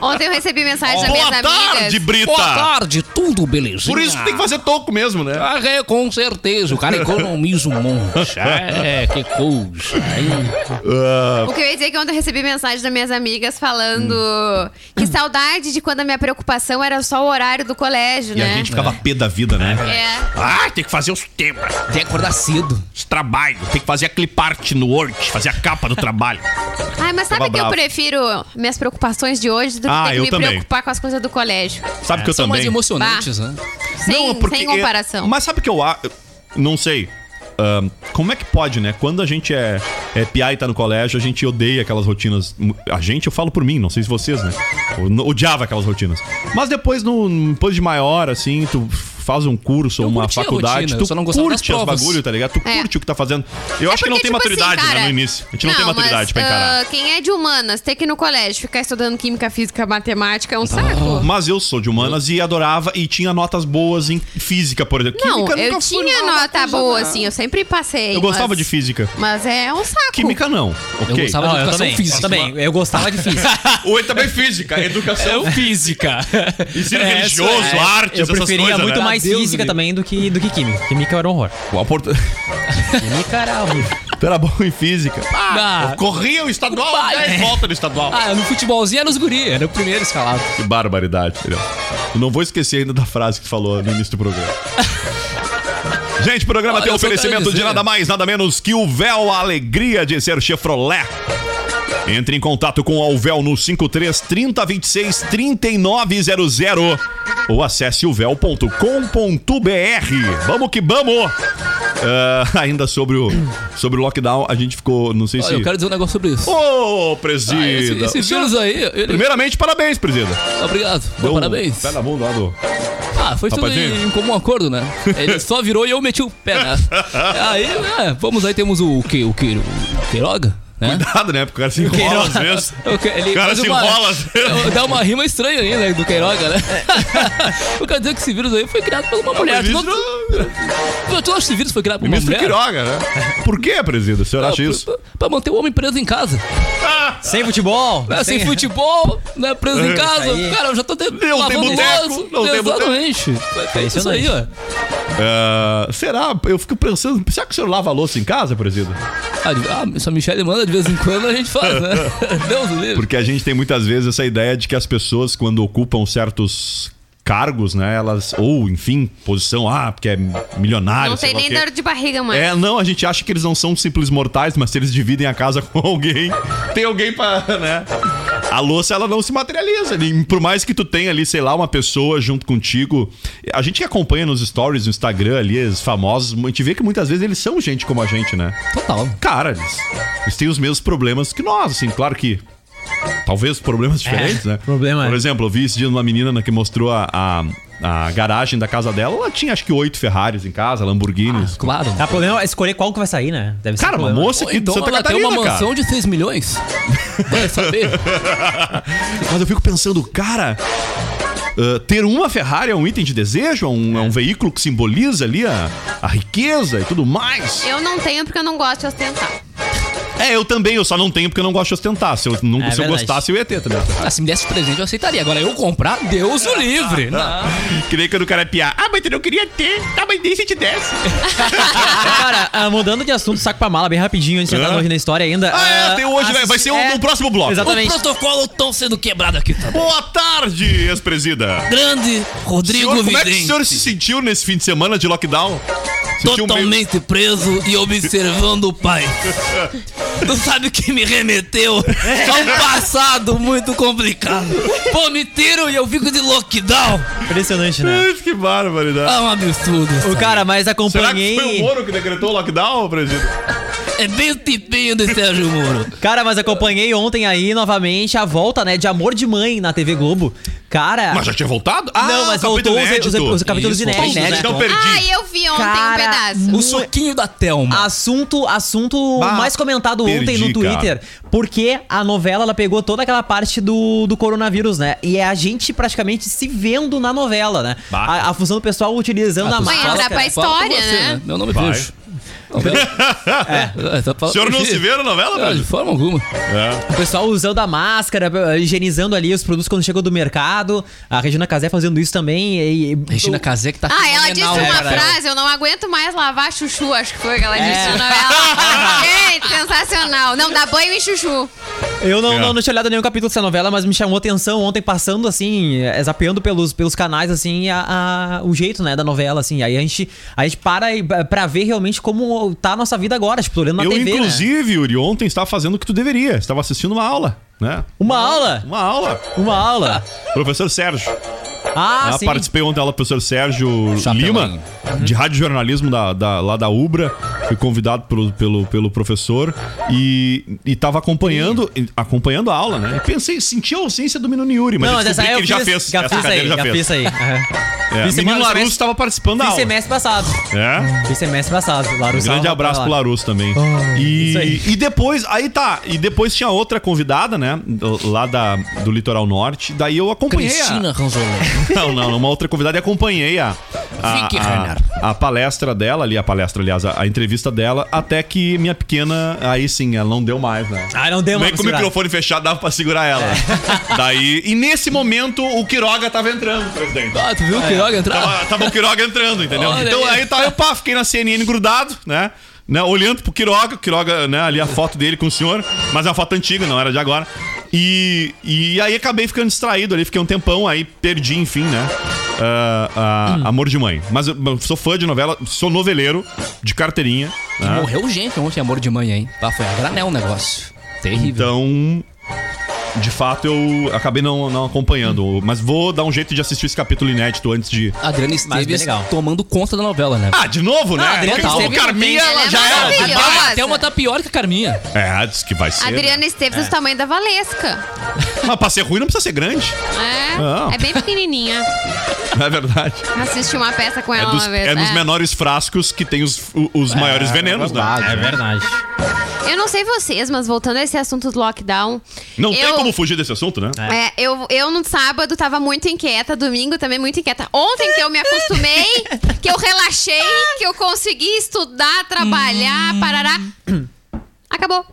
Speaker 3: Ontem eu recebi mensagem das minhas
Speaker 1: Boa tarde,
Speaker 3: amigas.
Speaker 1: Brita!
Speaker 2: Boa tarde, tudo belezinha?
Speaker 1: Por isso que tem que fazer toco mesmo, né?
Speaker 2: Ah, é, com certeza, o cara economiza um monte. É, que coisa. hein?
Speaker 3: O que eu ia dizer é que ontem eu recebi mensagem das minhas amigas falando
Speaker 1: Hum.
Speaker 3: que saudade de quando a minha preocupação era só o horário do colégio,
Speaker 1: E a
Speaker 3: né?
Speaker 1: gente ficava pé da vida, né?
Speaker 3: É.
Speaker 1: Ah, tem que fazer os temas,
Speaker 2: Tem que acordar cedo.
Speaker 1: os trabalhos, tem que fazer aquele parte no Word, fazer a capa do trabalho.
Speaker 3: Ai, mas sabe
Speaker 1: Tava
Speaker 3: que eu
Speaker 1: bravo.
Speaker 3: prefiro minhas preocupações de hoje do que
Speaker 1: Ah,
Speaker 3: ter que
Speaker 1: eu
Speaker 3: me
Speaker 1: também.
Speaker 3: preocupar com as coisas do colégio.
Speaker 1: Sabe que eu
Speaker 2: São mais
Speaker 1: também.
Speaker 2: emocionantes, né?
Speaker 3: Sem,
Speaker 1: é porque-
Speaker 3: sem comparação.
Speaker 1: é- mas sabe que eu a- não sei. Ahn, como é que pode, né? Quando a gente é, é piá e tá no colégio, a gente odeia aquelas rotinas. A gente, eu falo por mim, não sei se vocês, né? Eu n- odiava aquelas rotinas. Mas depois, no, depois de maior, assim, tu faz um curso ou
Speaker 2: Eu
Speaker 1: uma
Speaker 2: curti a
Speaker 1: faculdade,
Speaker 2: rotina, eu
Speaker 1: tu
Speaker 2: só não gostava das
Speaker 1: curte os
Speaker 2: provas.
Speaker 1: bagulho, tá ligado? Tu
Speaker 3: É.
Speaker 1: curte o que tá fazendo. Eu acho que não
Speaker 3: porque,
Speaker 1: tem
Speaker 3: tipo
Speaker 1: maturidade,
Speaker 3: assim,
Speaker 1: né,
Speaker 3: cara,
Speaker 1: no início. A gente não, tem maturidade pra
Speaker 3: mas,
Speaker 1: encarar.
Speaker 3: ah, quem é de humanas, ter que ir no colégio, ficar estudando química, física, matemática é
Speaker 1: Ah,
Speaker 3: um saco.
Speaker 1: Mas eu sou de humanas e adorava e tinha notas boas em física, por exemplo.
Speaker 3: Não,
Speaker 1: Química
Speaker 3: eu
Speaker 1: nunca foi
Speaker 3: tinha
Speaker 1: nada
Speaker 3: nota
Speaker 1: coisa,
Speaker 3: boa,
Speaker 1: não.
Speaker 3: assim, eu sempre passei.
Speaker 1: Eu gostava
Speaker 3: mas-
Speaker 1: de física.
Speaker 3: Mas é um saco.
Speaker 1: Química não. Ok.
Speaker 2: Eu gostava de
Speaker 5: eu
Speaker 2: educação
Speaker 5: também.
Speaker 2: física.
Speaker 5: Eu também. Eu gostava de física.
Speaker 1: Ou também física, educação.
Speaker 2: Eu física.
Speaker 1: Ensino
Speaker 2: É,
Speaker 1: religioso,
Speaker 2: isso é.
Speaker 1: artes,
Speaker 5: Eu
Speaker 1: essas
Speaker 5: preferia
Speaker 1: coisas,
Speaker 5: muito
Speaker 1: né?
Speaker 5: mais
Speaker 2: Deus
Speaker 5: física
Speaker 2: livre.
Speaker 5: também do que, do que química. Química era um horror.
Speaker 1: O Porto...
Speaker 5: Química era horrível.
Speaker 1: Tu era bom em física. né?
Speaker 2: Ah,
Speaker 1: Corria o estadual,
Speaker 2: Vai.
Speaker 1: 10 volta no estadual.
Speaker 2: ah, no futebolzinho era os guri, era o primeiro escalado.
Speaker 1: Que barbaridade, entendeu? Eu não vou esquecer ainda da frase que tu falou no início do programa. Gente, o programa
Speaker 2: Olha,
Speaker 1: tem
Speaker 2: eu sou
Speaker 1: oferecimento de
Speaker 2: camiseira.
Speaker 1: nada mais, nada menos que o véu, a alegria de ser Chevrolet. Entre em contato com a Alvel no 53 30 26 3900 ou acesse o véu.com.br. Vamos que vamos! Ah, ainda sobre o, sobre o lockdown, a gente ficou, não sei
Speaker 2: Olha,
Speaker 1: se...
Speaker 2: eu quero dizer um negócio sobre isso.
Speaker 1: Ô,
Speaker 2: Ah, esse,
Speaker 1: presida!
Speaker 2: esse vírus aí, ele-
Speaker 1: Primeiramente, parabéns, presida!
Speaker 2: obrigado, Pô,
Speaker 1: Deu um
Speaker 2: parabéns.
Speaker 1: Pé na bunda lá do...
Speaker 2: Ah, foi tudo
Speaker 1: Rapazinho.
Speaker 2: em, em comum acordo, né? Ele só virou e eu meti o pé, né? Aí, é, vamos aí, temos o, o que? O que? O Queiroga? Né?
Speaker 1: Cuidado, né? Porque o cara se enrola às vezes.
Speaker 2: O É que- ele
Speaker 1: O cara
Speaker 2: faz
Speaker 1: se
Speaker 2: uma-
Speaker 1: enrola às vezes.
Speaker 2: Dá uma rima estranha aí, né? Do Queiroga, né? eu quero dizer que esse vírus aí foi criado por
Speaker 1: Ah,
Speaker 2: uma mulher. Tu não, tu, tu acha que esse vírus foi criado por uma
Speaker 1: Ministro
Speaker 2: mulher?
Speaker 1: Quiroga, né? Por que, presida? O senhor acha
Speaker 2: Ah,
Speaker 1: isso? Ah,
Speaker 2: pra- pra- Pra manter o homem preso em casa.
Speaker 5: Sem futebol.
Speaker 2: Né? Sem futebol, né? Preso em casa.
Speaker 5: aí.
Speaker 2: Cara, eu já tô de...
Speaker 1: É. tem boteco, não tem boteco.
Speaker 2: Exatamente. É isso aí, ó.
Speaker 1: Ah, será? Eu fico pensando, será que o senhor lava a louça em casa, presida?
Speaker 2: Ah, de- ah, se a Michelle manda de vez em quando, a gente faz, né? Deus do livre.
Speaker 1: Porque a gente tem muitas vezes essa ideia de que as pessoas, quando ocupam certos cargos, né? Elas, ou enfim, posição, ah, porque é milionário.
Speaker 3: Não
Speaker 1: sei
Speaker 3: tem
Speaker 1: lá o
Speaker 3: nem
Speaker 1: quê.
Speaker 3: dor de barriga, mano.
Speaker 1: É, não, a gente acha que eles não são simples mortais, mas se eles dividem a casa com alguém, tem alguém pra, né? A louça, ela não se materializa. nem- Por mais que tu tenha ali, sei lá, uma pessoa junto contigo. A gente que acompanha nos stories, no Instagram ali, os famosos, a gente vê que muitas vezes eles são gente como a gente, né?
Speaker 2: Total.
Speaker 1: Cara, eles, eles têm os mesmos problemas que nós, assim, claro que. Talvez problemas diferentes, né?
Speaker 5: problema é.
Speaker 1: Por exemplo, eu vi esse dia uma menina né, que mostrou a, a, a garagem da casa dela. Ela tinha acho que oito Ferraris em casa, Lamborghinis.
Speaker 2: Claro.
Speaker 5: Ah, O problema é escolher qual que vai sair, né? Deve ser
Speaker 1: Cara,
Speaker 5: um
Speaker 1: uma
Speaker 5: problema.
Speaker 1: moça aqui de
Speaker 2: então
Speaker 1: Tá Santa
Speaker 2: ela
Speaker 1: Catarina,
Speaker 2: tem uma
Speaker 1: cara.
Speaker 2: mansão de 6 milhões. Vai saber.
Speaker 1: Mas eu fico pensando, cara... ah, ter uma Ferrari é um item de desejo, é um, é um veículo que simboliza ali a, a riqueza e tudo mais.
Speaker 3: Eu não tenho porque eu não gosto de ostentar.
Speaker 1: É, eu também, eu só não tenho porque eu não gosto de ostentar. Se eu, não,
Speaker 5: É
Speaker 1: se eu
Speaker 5: verdade.
Speaker 1: gostasse, eu ia ter tá também.
Speaker 2: Ah, se me desse presente, eu aceitaria. Agora, eu comprar, Deus o livre.
Speaker 1: Ah,
Speaker 2: Não.
Speaker 1: Que nem quando o cara é piar. Ah, mas eu não queria ter. Tá, mas nem se te desse.
Speaker 5: Cara, ah, mudando de assunto, saco pra mala bem rapidinho antes de entrar
Speaker 1: Ah.
Speaker 5: hoje na história ainda.
Speaker 1: Ah, é,
Speaker 5: ah,
Speaker 1: tem hoje, vai- vai ser o-
Speaker 5: é,
Speaker 1: no próximo bloco.
Speaker 2: O
Speaker 5: Exatamente.
Speaker 2: protocolo tão sendo quebrado aqui. Tá?
Speaker 1: Boa tarde, ex-presida.
Speaker 2: Grande Rodrigo
Speaker 1: Senhor, como é que o
Speaker 2: Vidente.
Speaker 1: senhor se sentiu nesse fim de semana de lockdown? Sentiu meio-
Speaker 2: Totalmente preso e observando o pai. Não sabe o que me remeteu a um passado muito complicado. Pô, me tiram e eu fico de lockdown.
Speaker 5: Impressionante, né?
Speaker 1: Ai, que barbaridade.
Speaker 2: É um absurdo.
Speaker 5: O
Speaker 2: sabe?
Speaker 5: cara, mas
Speaker 1: Será que
Speaker 5: Ah, acompanhei.
Speaker 1: foi um o Moro que decretou o lockdown, presida?
Speaker 2: É bem o tipinho do Sérgio Moro.
Speaker 5: Cara, mas acompanhei ontem aí novamente a volta, né, de Amor de Mãe na TV Globo. Cara.
Speaker 1: Mas já tinha voltado? Ah,
Speaker 5: não, mas
Speaker 1: capítulo
Speaker 2: Então,
Speaker 5: voltou os, os-
Speaker 1: inédito.
Speaker 5: os capítulos
Speaker 2: Isso,
Speaker 5: inéditos,
Speaker 2: inédito.
Speaker 5: né?
Speaker 1: Então perdi.
Speaker 3: Ah, eu vi ontem um
Speaker 5: Cara,
Speaker 1: Então,
Speaker 3: pedaço.
Speaker 2: O soquinho da
Speaker 5: Ah,
Speaker 2: Thelma. Ah,
Speaker 5: Assunto, assunto
Speaker 1: Bah,
Speaker 5: mais comentado ontem
Speaker 1: perdi,
Speaker 5: no Twitter, porque a novela ela pegou toda aquela parte do, do coronavírus, né? E é a gente praticamente se vendo na novela, né?
Speaker 1: Bah. Ah,
Speaker 5: A, a função do pessoal utilizando a
Speaker 2: tu
Speaker 3: Vai
Speaker 2: fala,
Speaker 5: máscara.
Speaker 3: entrar pra
Speaker 2: fala com
Speaker 3: história, né?
Speaker 2: Meu nome é
Speaker 1: Vai.
Speaker 2: Peixe. É, é, tá
Speaker 1: O
Speaker 2: falando
Speaker 1: senhor não
Speaker 2: com
Speaker 1: se vê na novela,
Speaker 2: Ah, de
Speaker 1: presida?
Speaker 2: forma alguma.
Speaker 1: É.
Speaker 5: O pessoal usando a máscara, eh, higienizando ali os produtos quando chegam do mercado. A Regina Casé fazendo isso também. E, e-
Speaker 2: Regina Casé que tá
Speaker 3: Ah, ela disse
Speaker 2: fenomenal,
Speaker 3: uma
Speaker 2: cara.
Speaker 3: frase, eu não aguento mais lavar chuchu, acho que foi que ela disse na novela. Gente, sensacional. Não, dá banho em chuchu.
Speaker 5: Eu não,
Speaker 1: É.
Speaker 5: não, não tinha olhado nenhum capítulo dessa novela, mas me chamou atenção ontem, passando assim, eh, zapeando pelos, pelos canais, assim, a, a- o jeito, né, da novela, assim. Aí a gente, a gente para e- pra ver realmente como tá a nossa vida agora, tipo, olhando na
Speaker 1: Eu,
Speaker 5: TV, né?
Speaker 1: inclusive, Yuri, ontem estava fazendo o que tu deveria. Estava assistindo uma aula, né?
Speaker 5: Uma aula!
Speaker 1: Uma aula.
Speaker 5: Uma aula!
Speaker 1: Professor Sérgio.
Speaker 5: Ah,
Speaker 1: Ah,
Speaker 5: sim.
Speaker 1: participei ontem da aula do professor Sérgio
Speaker 2: Chapelin.
Speaker 1: Lima, de rádio jornalismo da, da- lá da Ubra. Fui convidado pelo, pelo, pelo professor e, e tava acompanhando, e- acompanhando a aula, né? E pensei, senti a ausência do menino Yuri, mas
Speaker 5: Não,
Speaker 1: eu
Speaker 5: mas essa
Speaker 1: descobri
Speaker 5: aí
Speaker 1: que
Speaker 5: eu
Speaker 1: ele
Speaker 5: fiz,
Speaker 1: já fez.
Speaker 5: Já
Speaker 1: essa
Speaker 5: fiz
Speaker 1: cadeira
Speaker 5: aí, já fiz aí. aham.
Speaker 1: É,
Speaker 5: Fiz
Speaker 1: o menino
Speaker 5: semana-
Speaker 1: Larusso
Speaker 5: semestre-
Speaker 1: estava participando da
Speaker 5: Fiz
Speaker 1: aula.
Speaker 5: semestre passado.
Speaker 1: É.
Speaker 5: Fiz semestre passado. Larusso
Speaker 1: Grande abraço pro Larusso também.
Speaker 5: Ah, isso
Speaker 1: e,
Speaker 5: aí.
Speaker 1: e depois, aí tá. E depois tinha outra convidada, né? do- Lá da, do Litoral Norte. Daí eu acompanhei. a-
Speaker 2: Cristina Ranzolé.
Speaker 1: Não, não, não, uma outra convidada e acompanhei a, a,
Speaker 2: Fique,
Speaker 1: a-
Speaker 2: Reinhardt.
Speaker 1: a palestra dela ali, a palestra, aliás, a, a entrevista dela, até que minha pequena, aí sim, ela não deu mais, né?
Speaker 5: Ah, não deu
Speaker 1: Bem
Speaker 5: mais
Speaker 1: com o
Speaker 5: pra segurar.
Speaker 1: microfone fechado, dava pra segurar ela. Daí, e nesse momento, o Quiroga tava entrando, presidente.
Speaker 2: Ah, tu viu o Quiroga entrar?
Speaker 1: É. Tava, tava o Quiroga entrando, entendeu?
Speaker 2: Olha
Speaker 1: então
Speaker 2: aí.
Speaker 1: aí tá, eu pá, fiquei na CNN grudado, né? né olhando pro Quiroga, o Quiroga, né, ali a foto dele com o senhor, mas é uma foto antiga, não era de agora. E, e aí acabei ficando distraído ali, fiquei um tempão, aí perdi, enfim, né? ah, ah, Amor de mãe. Mas eu eu sou fã de novela, sou noveleiro, de carteirinha.
Speaker 2: E
Speaker 1: né?
Speaker 2: Morreu gente ontem, amor de manhã, hein? Ah, foi a granel o negócio. Terrível.
Speaker 1: Então, de fato, eu acabei não, não acompanhando. Mas vou dar um jeito de assistir esse capítulo inédito antes de.
Speaker 2: Adriana
Speaker 5: bem
Speaker 2: Esteves
Speaker 5: legal.
Speaker 2: tomando conta da novela, né?
Speaker 1: Ah, de novo, né?
Speaker 2: Adriana
Speaker 1: Porque
Speaker 2: Esteves
Speaker 1: o Carminha, ela
Speaker 2: não tem,
Speaker 3: ela é
Speaker 1: já era.
Speaker 3: maravilhosa.
Speaker 2: Ah, até uma tá pior que a Carminha.
Speaker 1: É, diz que vai ser.
Speaker 3: Adriana Esteves
Speaker 1: É.
Speaker 3: do tamanho da Valesca.
Speaker 1: Mas Ah, pra ser ruim não precisa ser grande.
Speaker 3: É,
Speaker 1: Não.
Speaker 3: é bem pequenininha.
Speaker 1: É verdade.
Speaker 3: Assisti uma peça com
Speaker 1: É,
Speaker 3: ela
Speaker 1: dos,
Speaker 3: uma vez.
Speaker 1: é nos
Speaker 3: é.
Speaker 1: menores frascos que tem os, o- os maiores venenos, né?
Speaker 5: É verdade.
Speaker 3: Eu não sei vocês, mas voltando a esse assunto do lockdown.
Speaker 1: Não tem
Speaker 3: eu-
Speaker 1: como fugir desse assunto, né?
Speaker 3: É, eu, eu no sábado tava muito inquieta, domingo também muito inquieta. Ontem que eu me acostumei, que eu relaxei, que eu consegui estudar,
Speaker 1: Hum.
Speaker 3: trabalhar, parará. Acabou.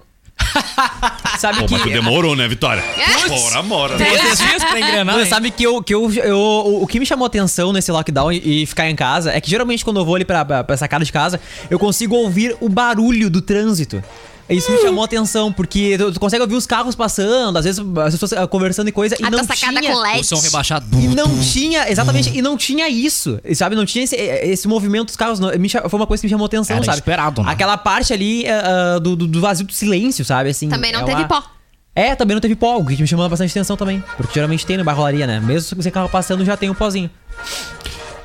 Speaker 5: Sabe
Speaker 1: Pô,
Speaker 5: que
Speaker 1: mas tu demorou, né, Vitória?
Speaker 3: É.
Speaker 1: Mora, mora.
Speaker 2: Três dias pra engrenar.
Speaker 5: Você
Speaker 2: hein?
Speaker 5: sabe que, eu, que eu, eu- o- o que me chamou atenção nesse lockdown e, e ficar em casa é que geralmente quando eu vou ali pra, pra, pra sacada de casa, eu consigo ouvir o barulho do trânsito. Isso
Speaker 3: Hum.
Speaker 5: me chamou atenção, porque tu, tu consegue ouvir os carros passando, às vezes as pessoas ah, conversando e coisa, e
Speaker 3: A
Speaker 5: não
Speaker 3: tua sacada
Speaker 5: tinha...
Speaker 3: com LED.
Speaker 2: O som rebaixado.
Speaker 5: E não tinha, exatamente, e não tinha isso, sabe? Não tinha esse, esse movimento dos carros. não. Me cha- foi uma coisa que me chamou atenção,
Speaker 2: Era
Speaker 5: sabe?
Speaker 2: esperado, né?
Speaker 5: Aquela parte ali eh, ah, do, do- do vazio do silêncio, sabe? Assim,
Speaker 3: Também não
Speaker 5: ela-
Speaker 3: teve pó.
Speaker 5: É, também não teve pó, o que me chamou bastante atenção também. Porque geralmente tem na barrolaria, né? Mesmo sem carro passando, já tem um pozinho.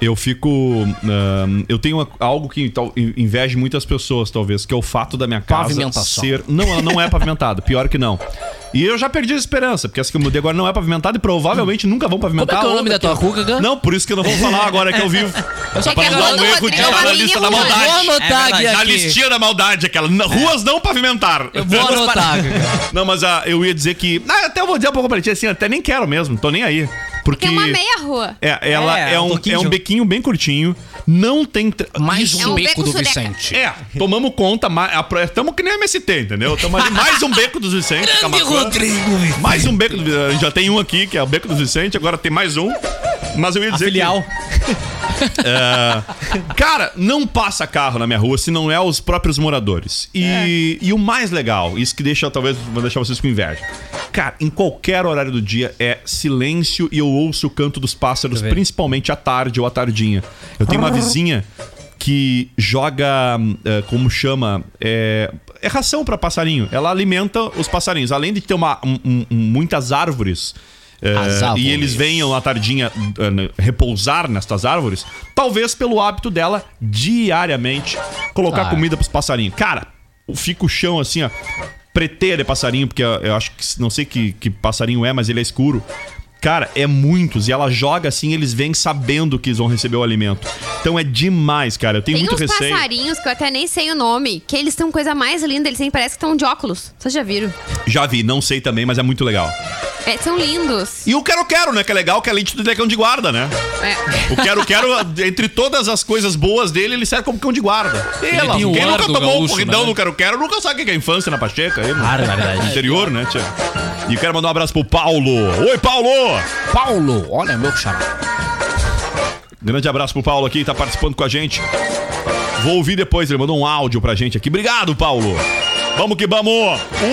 Speaker 1: Eu fico. ahn, eu tenho algo que tal, inveja muitas pessoas, talvez, que é o fato da minha casa
Speaker 2: Pavimentação.
Speaker 1: ser. Não, ela não é pavimentada, pior que não. E eu já perdi a esperança, porque essa que eu mudei agora não é pavimentada e provavelmente nunca vão
Speaker 2: Como é
Speaker 1: pavimentar.
Speaker 2: que é o
Speaker 1: ou
Speaker 2: nome da
Speaker 1: daqui a-
Speaker 2: tua ruga, cara?
Speaker 1: Não, por isso que eu não vou falar agora que eu vivo.
Speaker 2: só
Speaker 1: pra
Speaker 3: quero
Speaker 1: não dar
Speaker 3: falar
Speaker 1: um
Speaker 3: do
Speaker 1: erro de na
Speaker 3: Rodrigo Marinho
Speaker 1: lista da
Speaker 3: Rodrigo.
Speaker 1: maldade.
Speaker 2: Vou anotar aqui. É.
Speaker 1: Na listinha da maldade, aquela. na- Ruas não pavimentar.
Speaker 2: Eu vou anotar.
Speaker 1: Não, mas ah, eu ia dizer que. Ah, até eu vou dizer um pouco pra ti, assim, até nem quero mesmo, tô nem aí. Porque
Speaker 3: Tem uma meia rua.
Speaker 1: É, ela é,
Speaker 5: É, um
Speaker 1: um, é um
Speaker 5: toquinho.
Speaker 1: bequinho bem curtinho, não tem. tra-
Speaker 6: Mais
Speaker 3: É
Speaker 6: um,
Speaker 3: um
Speaker 6: beco
Speaker 3: beco
Speaker 6: do
Speaker 3: sureca.
Speaker 6: Vicente.
Speaker 1: É, tomamos conta, estamos que nem MST, entendeu? Estamos ali mais um beco dos Vicente.
Speaker 2: Grande
Speaker 1: Camacuã.
Speaker 2: Rodrigo, Vicente.
Speaker 1: Mais um beco do Vicente. A gente já tem um aqui, que é o beco do Vicente, agora tem mais um. Mas eu ia
Speaker 5: A
Speaker 1: dizer. que-
Speaker 5: filial.
Speaker 1: Cara, não passa carro na minha rua se não é os próprios moradores. E,
Speaker 6: É.
Speaker 1: e o mais legal, isso que deixa talvez vou deixar vocês com inveja. Cara, em qualquer horário do dia é silêncio e eu ouço o canto dos pássaros, principalmente à tarde ou à tardinha. Eu
Speaker 6: Ah.
Speaker 1: tenho uma vizinha que joga, hum, é, como chama, é, é ração pra passarinho. Ela alimenta os passarinhos. Além de ter uma, um- um- um- muitas árvores. é,
Speaker 6: As árvores.
Speaker 1: e eles venham à tardinha eh, né, repousar nestas árvores, talvez pelo hábito dela diariamente colocar
Speaker 6: Ah.
Speaker 1: comida pros passarinhos. Cara, o- fica o chão assim, ó, preteiro é passarinho, porque eu, eu acho que não sei que, que passarinho é, mas ele é escuro. Cara, é muitos e ela joga assim, eles vêm sabendo que eles vão receber o alimento. Então é demais, cara. Eu tenho
Speaker 3: Tem
Speaker 1: muito
Speaker 3: uns
Speaker 1: receio.
Speaker 3: passarinhos que eu até nem sei o nome, que eles são coisa mais linda, eles têm- parece que estão de óculos. Vocês já viram?
Speaker 1: Já vi, não sei também, mas é muito legal.
Speaker 3: É, são lindos.
Speaker 1: E o quero quero, né? Que é legal, que é leite do decão de guarda, né?
Speaker 3: É.
Speaker 1: O Quero Quero, entre todas as coisas boas dele, ele serve como cão de guarda. Pela,
Speaker 2: tem o
Speaker 1: quem
Speaker 2: ar
Speaker 1: nunca
Speaker 2: do
Speaker 1: tomou um
Speaker 2: gaúcho,
Speaker 1: corridão
Speaker 2: né?
Speaker 1: no Quero Quero nunca sabe o que é infância na Pacheca. Aí, no
Speaker 6: Barbaridade.
Speaker 1: interior, né, tia? E quero mandar um abraço pro Paulo. Oi, Paulo!
Speaker 6: Paulo, olha meu xará.
Speaker 1: Grande abraço pro Paulo aqui, tá participando com a gente. Vou ouvir depois, ele mandou um áudio pra gente aqui. Obrigado, Paulo! Vamos que vamos!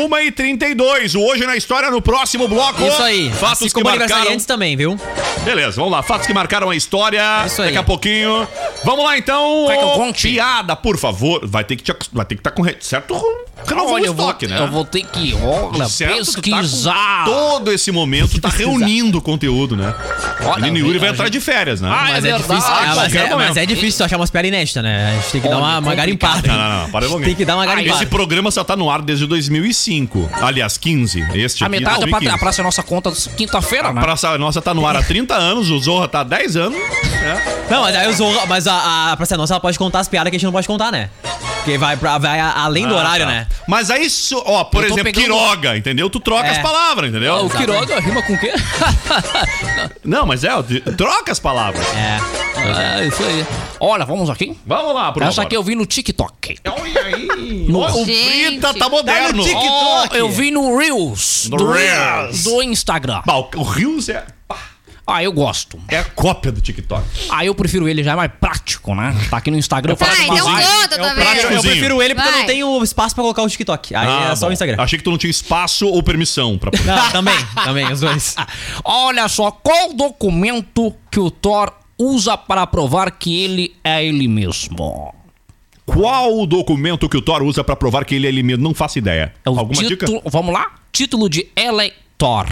Speaker 1: 1h32, o Hoje na História no próximo bloco.
Speaker 5: Isso aí.
Speaker 1: Fatos
Speaker 5: Assim
Speaker 1: que
Speaker 5: como
Speaker 1: marcaram...
Speaker 5: aniversariantes também, viu?
Speaker 1: Beleza, vamos lá. Fatos que marcaram a história.
Speaker 6: É
Speaker 5: Isso aí.
Speaker 1: Daqui a pouquinho. Vamos lá, então.
Speaker 6: Quer que eu
Speaker 1: Ô,
Speaker 6: conte?
Speaker 1: Piada, por favor. Vai ter que estar vai ter que tá com re- certo renovo
Speaker 6: Olha,
Speaker 1: de
Speaker 6: eu vou,
Speaker 1: estoque, né?
Speaker 6: eu vou ter que olha,
Speaker 1: Certo, tu tá com
Speaker 6: pesquisar.
Speaker 1: Todo esse momento tá reunindo o conteúdo, né? O
Speaker 6: Olha,
Speaker 1: menino
Speaker 6: eu-
Speaker 1: Yuri vai
Speaker 6: eu-
Speaker 1: entrar de férias, né?
Speaker 6: Ah,
Speaker 5: Mas é,
Speaker 6: verdade.
Speaker 5: difícil.
Speaker 6: Ah,
Speaker 5: é, mas,
Speaker 1: qualquer
Speaker 5: é, mas
Speaker 1: momento.
Speaker 5: é difícil tu achar umas piadas inéditas, né? A gente tem que dar uma, uma garimpada.
Speaker 1: Não, não, não. Para um
Speaker 5: a gente tem
Speaker 1: pouquinho.
Speaker 5: que dar uma
Speaker 1: Esse
Speaker 5: garimpada.
Speaker 1: programa só tá no ar desde 2005. Aliás, 15. Este
Speaker 6: a
Speaker 1: aqui,
Speaker 6: metade é
Speaker 1: 2015.
Speaker 6: pra, a praça é nossa conta quinta-feira,
Speaker 1: A
Speaker 6: né?
Speaker 1: Praça Nossa tá no ar há 30 anos, o Zorra tá há 10 anos.
Speaker 5: Não, mas aí o Zorra, mas a, a Praça é Nossa ela pode contar as piadas que a gente não pode contar, né? Porque vai, pra, vai a- além do
Speaker 1: Ah,
Speaker 5: horário,
Speaker 1: tá.
Speaker 5: né?
Speaker 1: Mas aí, so- ó, por
Speaker 6: Eu tô
Speaker 1: exemplo,
Speaker 6: pegando-
Speaker 1: Quiroga, entendeu? Tu troca
Speaker 5: É.
Speaker 1: as palavras, entendeu?
Speaker 2: O Quiroga rima com o quê?
Speaker 1: Não, mas é, ó, tu- troca as palavras.
Speaker 5: É.
Speaker 2: É, isso aí.
Speaker 6: Olha, vamos aqui.
Speaker 1: Vamos lá, Bruno.
Speaker 6: Essa aqui eu vi no TikTok.
Speaker 1: É O
Speaker 3: Gente.
Speaker 1: Brita tá moderno.
Speaker 5: Tá no TikTok.
Speaker 6: Oh, eu vi no Reels.
Speaker 1: No
Speaker 6: do,
Speaker 1: Reels.
Speaker 6: do Instagram.
Speaker 1: Bah, o- o Rios é,
Speaker 6: Ah, eu gosto.
Speaker 1: é a cópia do TikTok.
Speaker 6: Ah, eu prefiro ele, já é mais prático, né? Tá aqui no Instagram. eu
Speaker 3: Tá,
Speaker 6: faço uma
Speaker 1: um
Speaker 3: então
Speaker 6: live.
Speaker 3: conta
Speaker 1: É
Speaker 3: também.
Speaker 5: Eu
Speaker 1: Cozinho.
Speaker 5: prefiro ele porque eu
Speaker 3: Vai.
Speaker 5: não tenho espaço pra colocar o TikTok. Aí
Speaker 1: Ah,
Speaker 5: é só
Speaker 1: bom.
Speaker 5: o Instagram.
Speaker 1: Achei que tu não tinha espaço ou permissão pra.
Speaker 5: Não, também, também, os dois.
Speaker 6: Olha só, qual documento que o Thor usa para provar que ele é ele mesmo?
Speaker 1: Qual o documento que o Thor usa pra provar que ele é ele mesmo? Não faço ideia.
Speaker 6: É o
Speaker 1: Alguma
Speaker 6: título,
Speaker 1: dica?
Speaker 6: Vamos lá? Título de eleitor.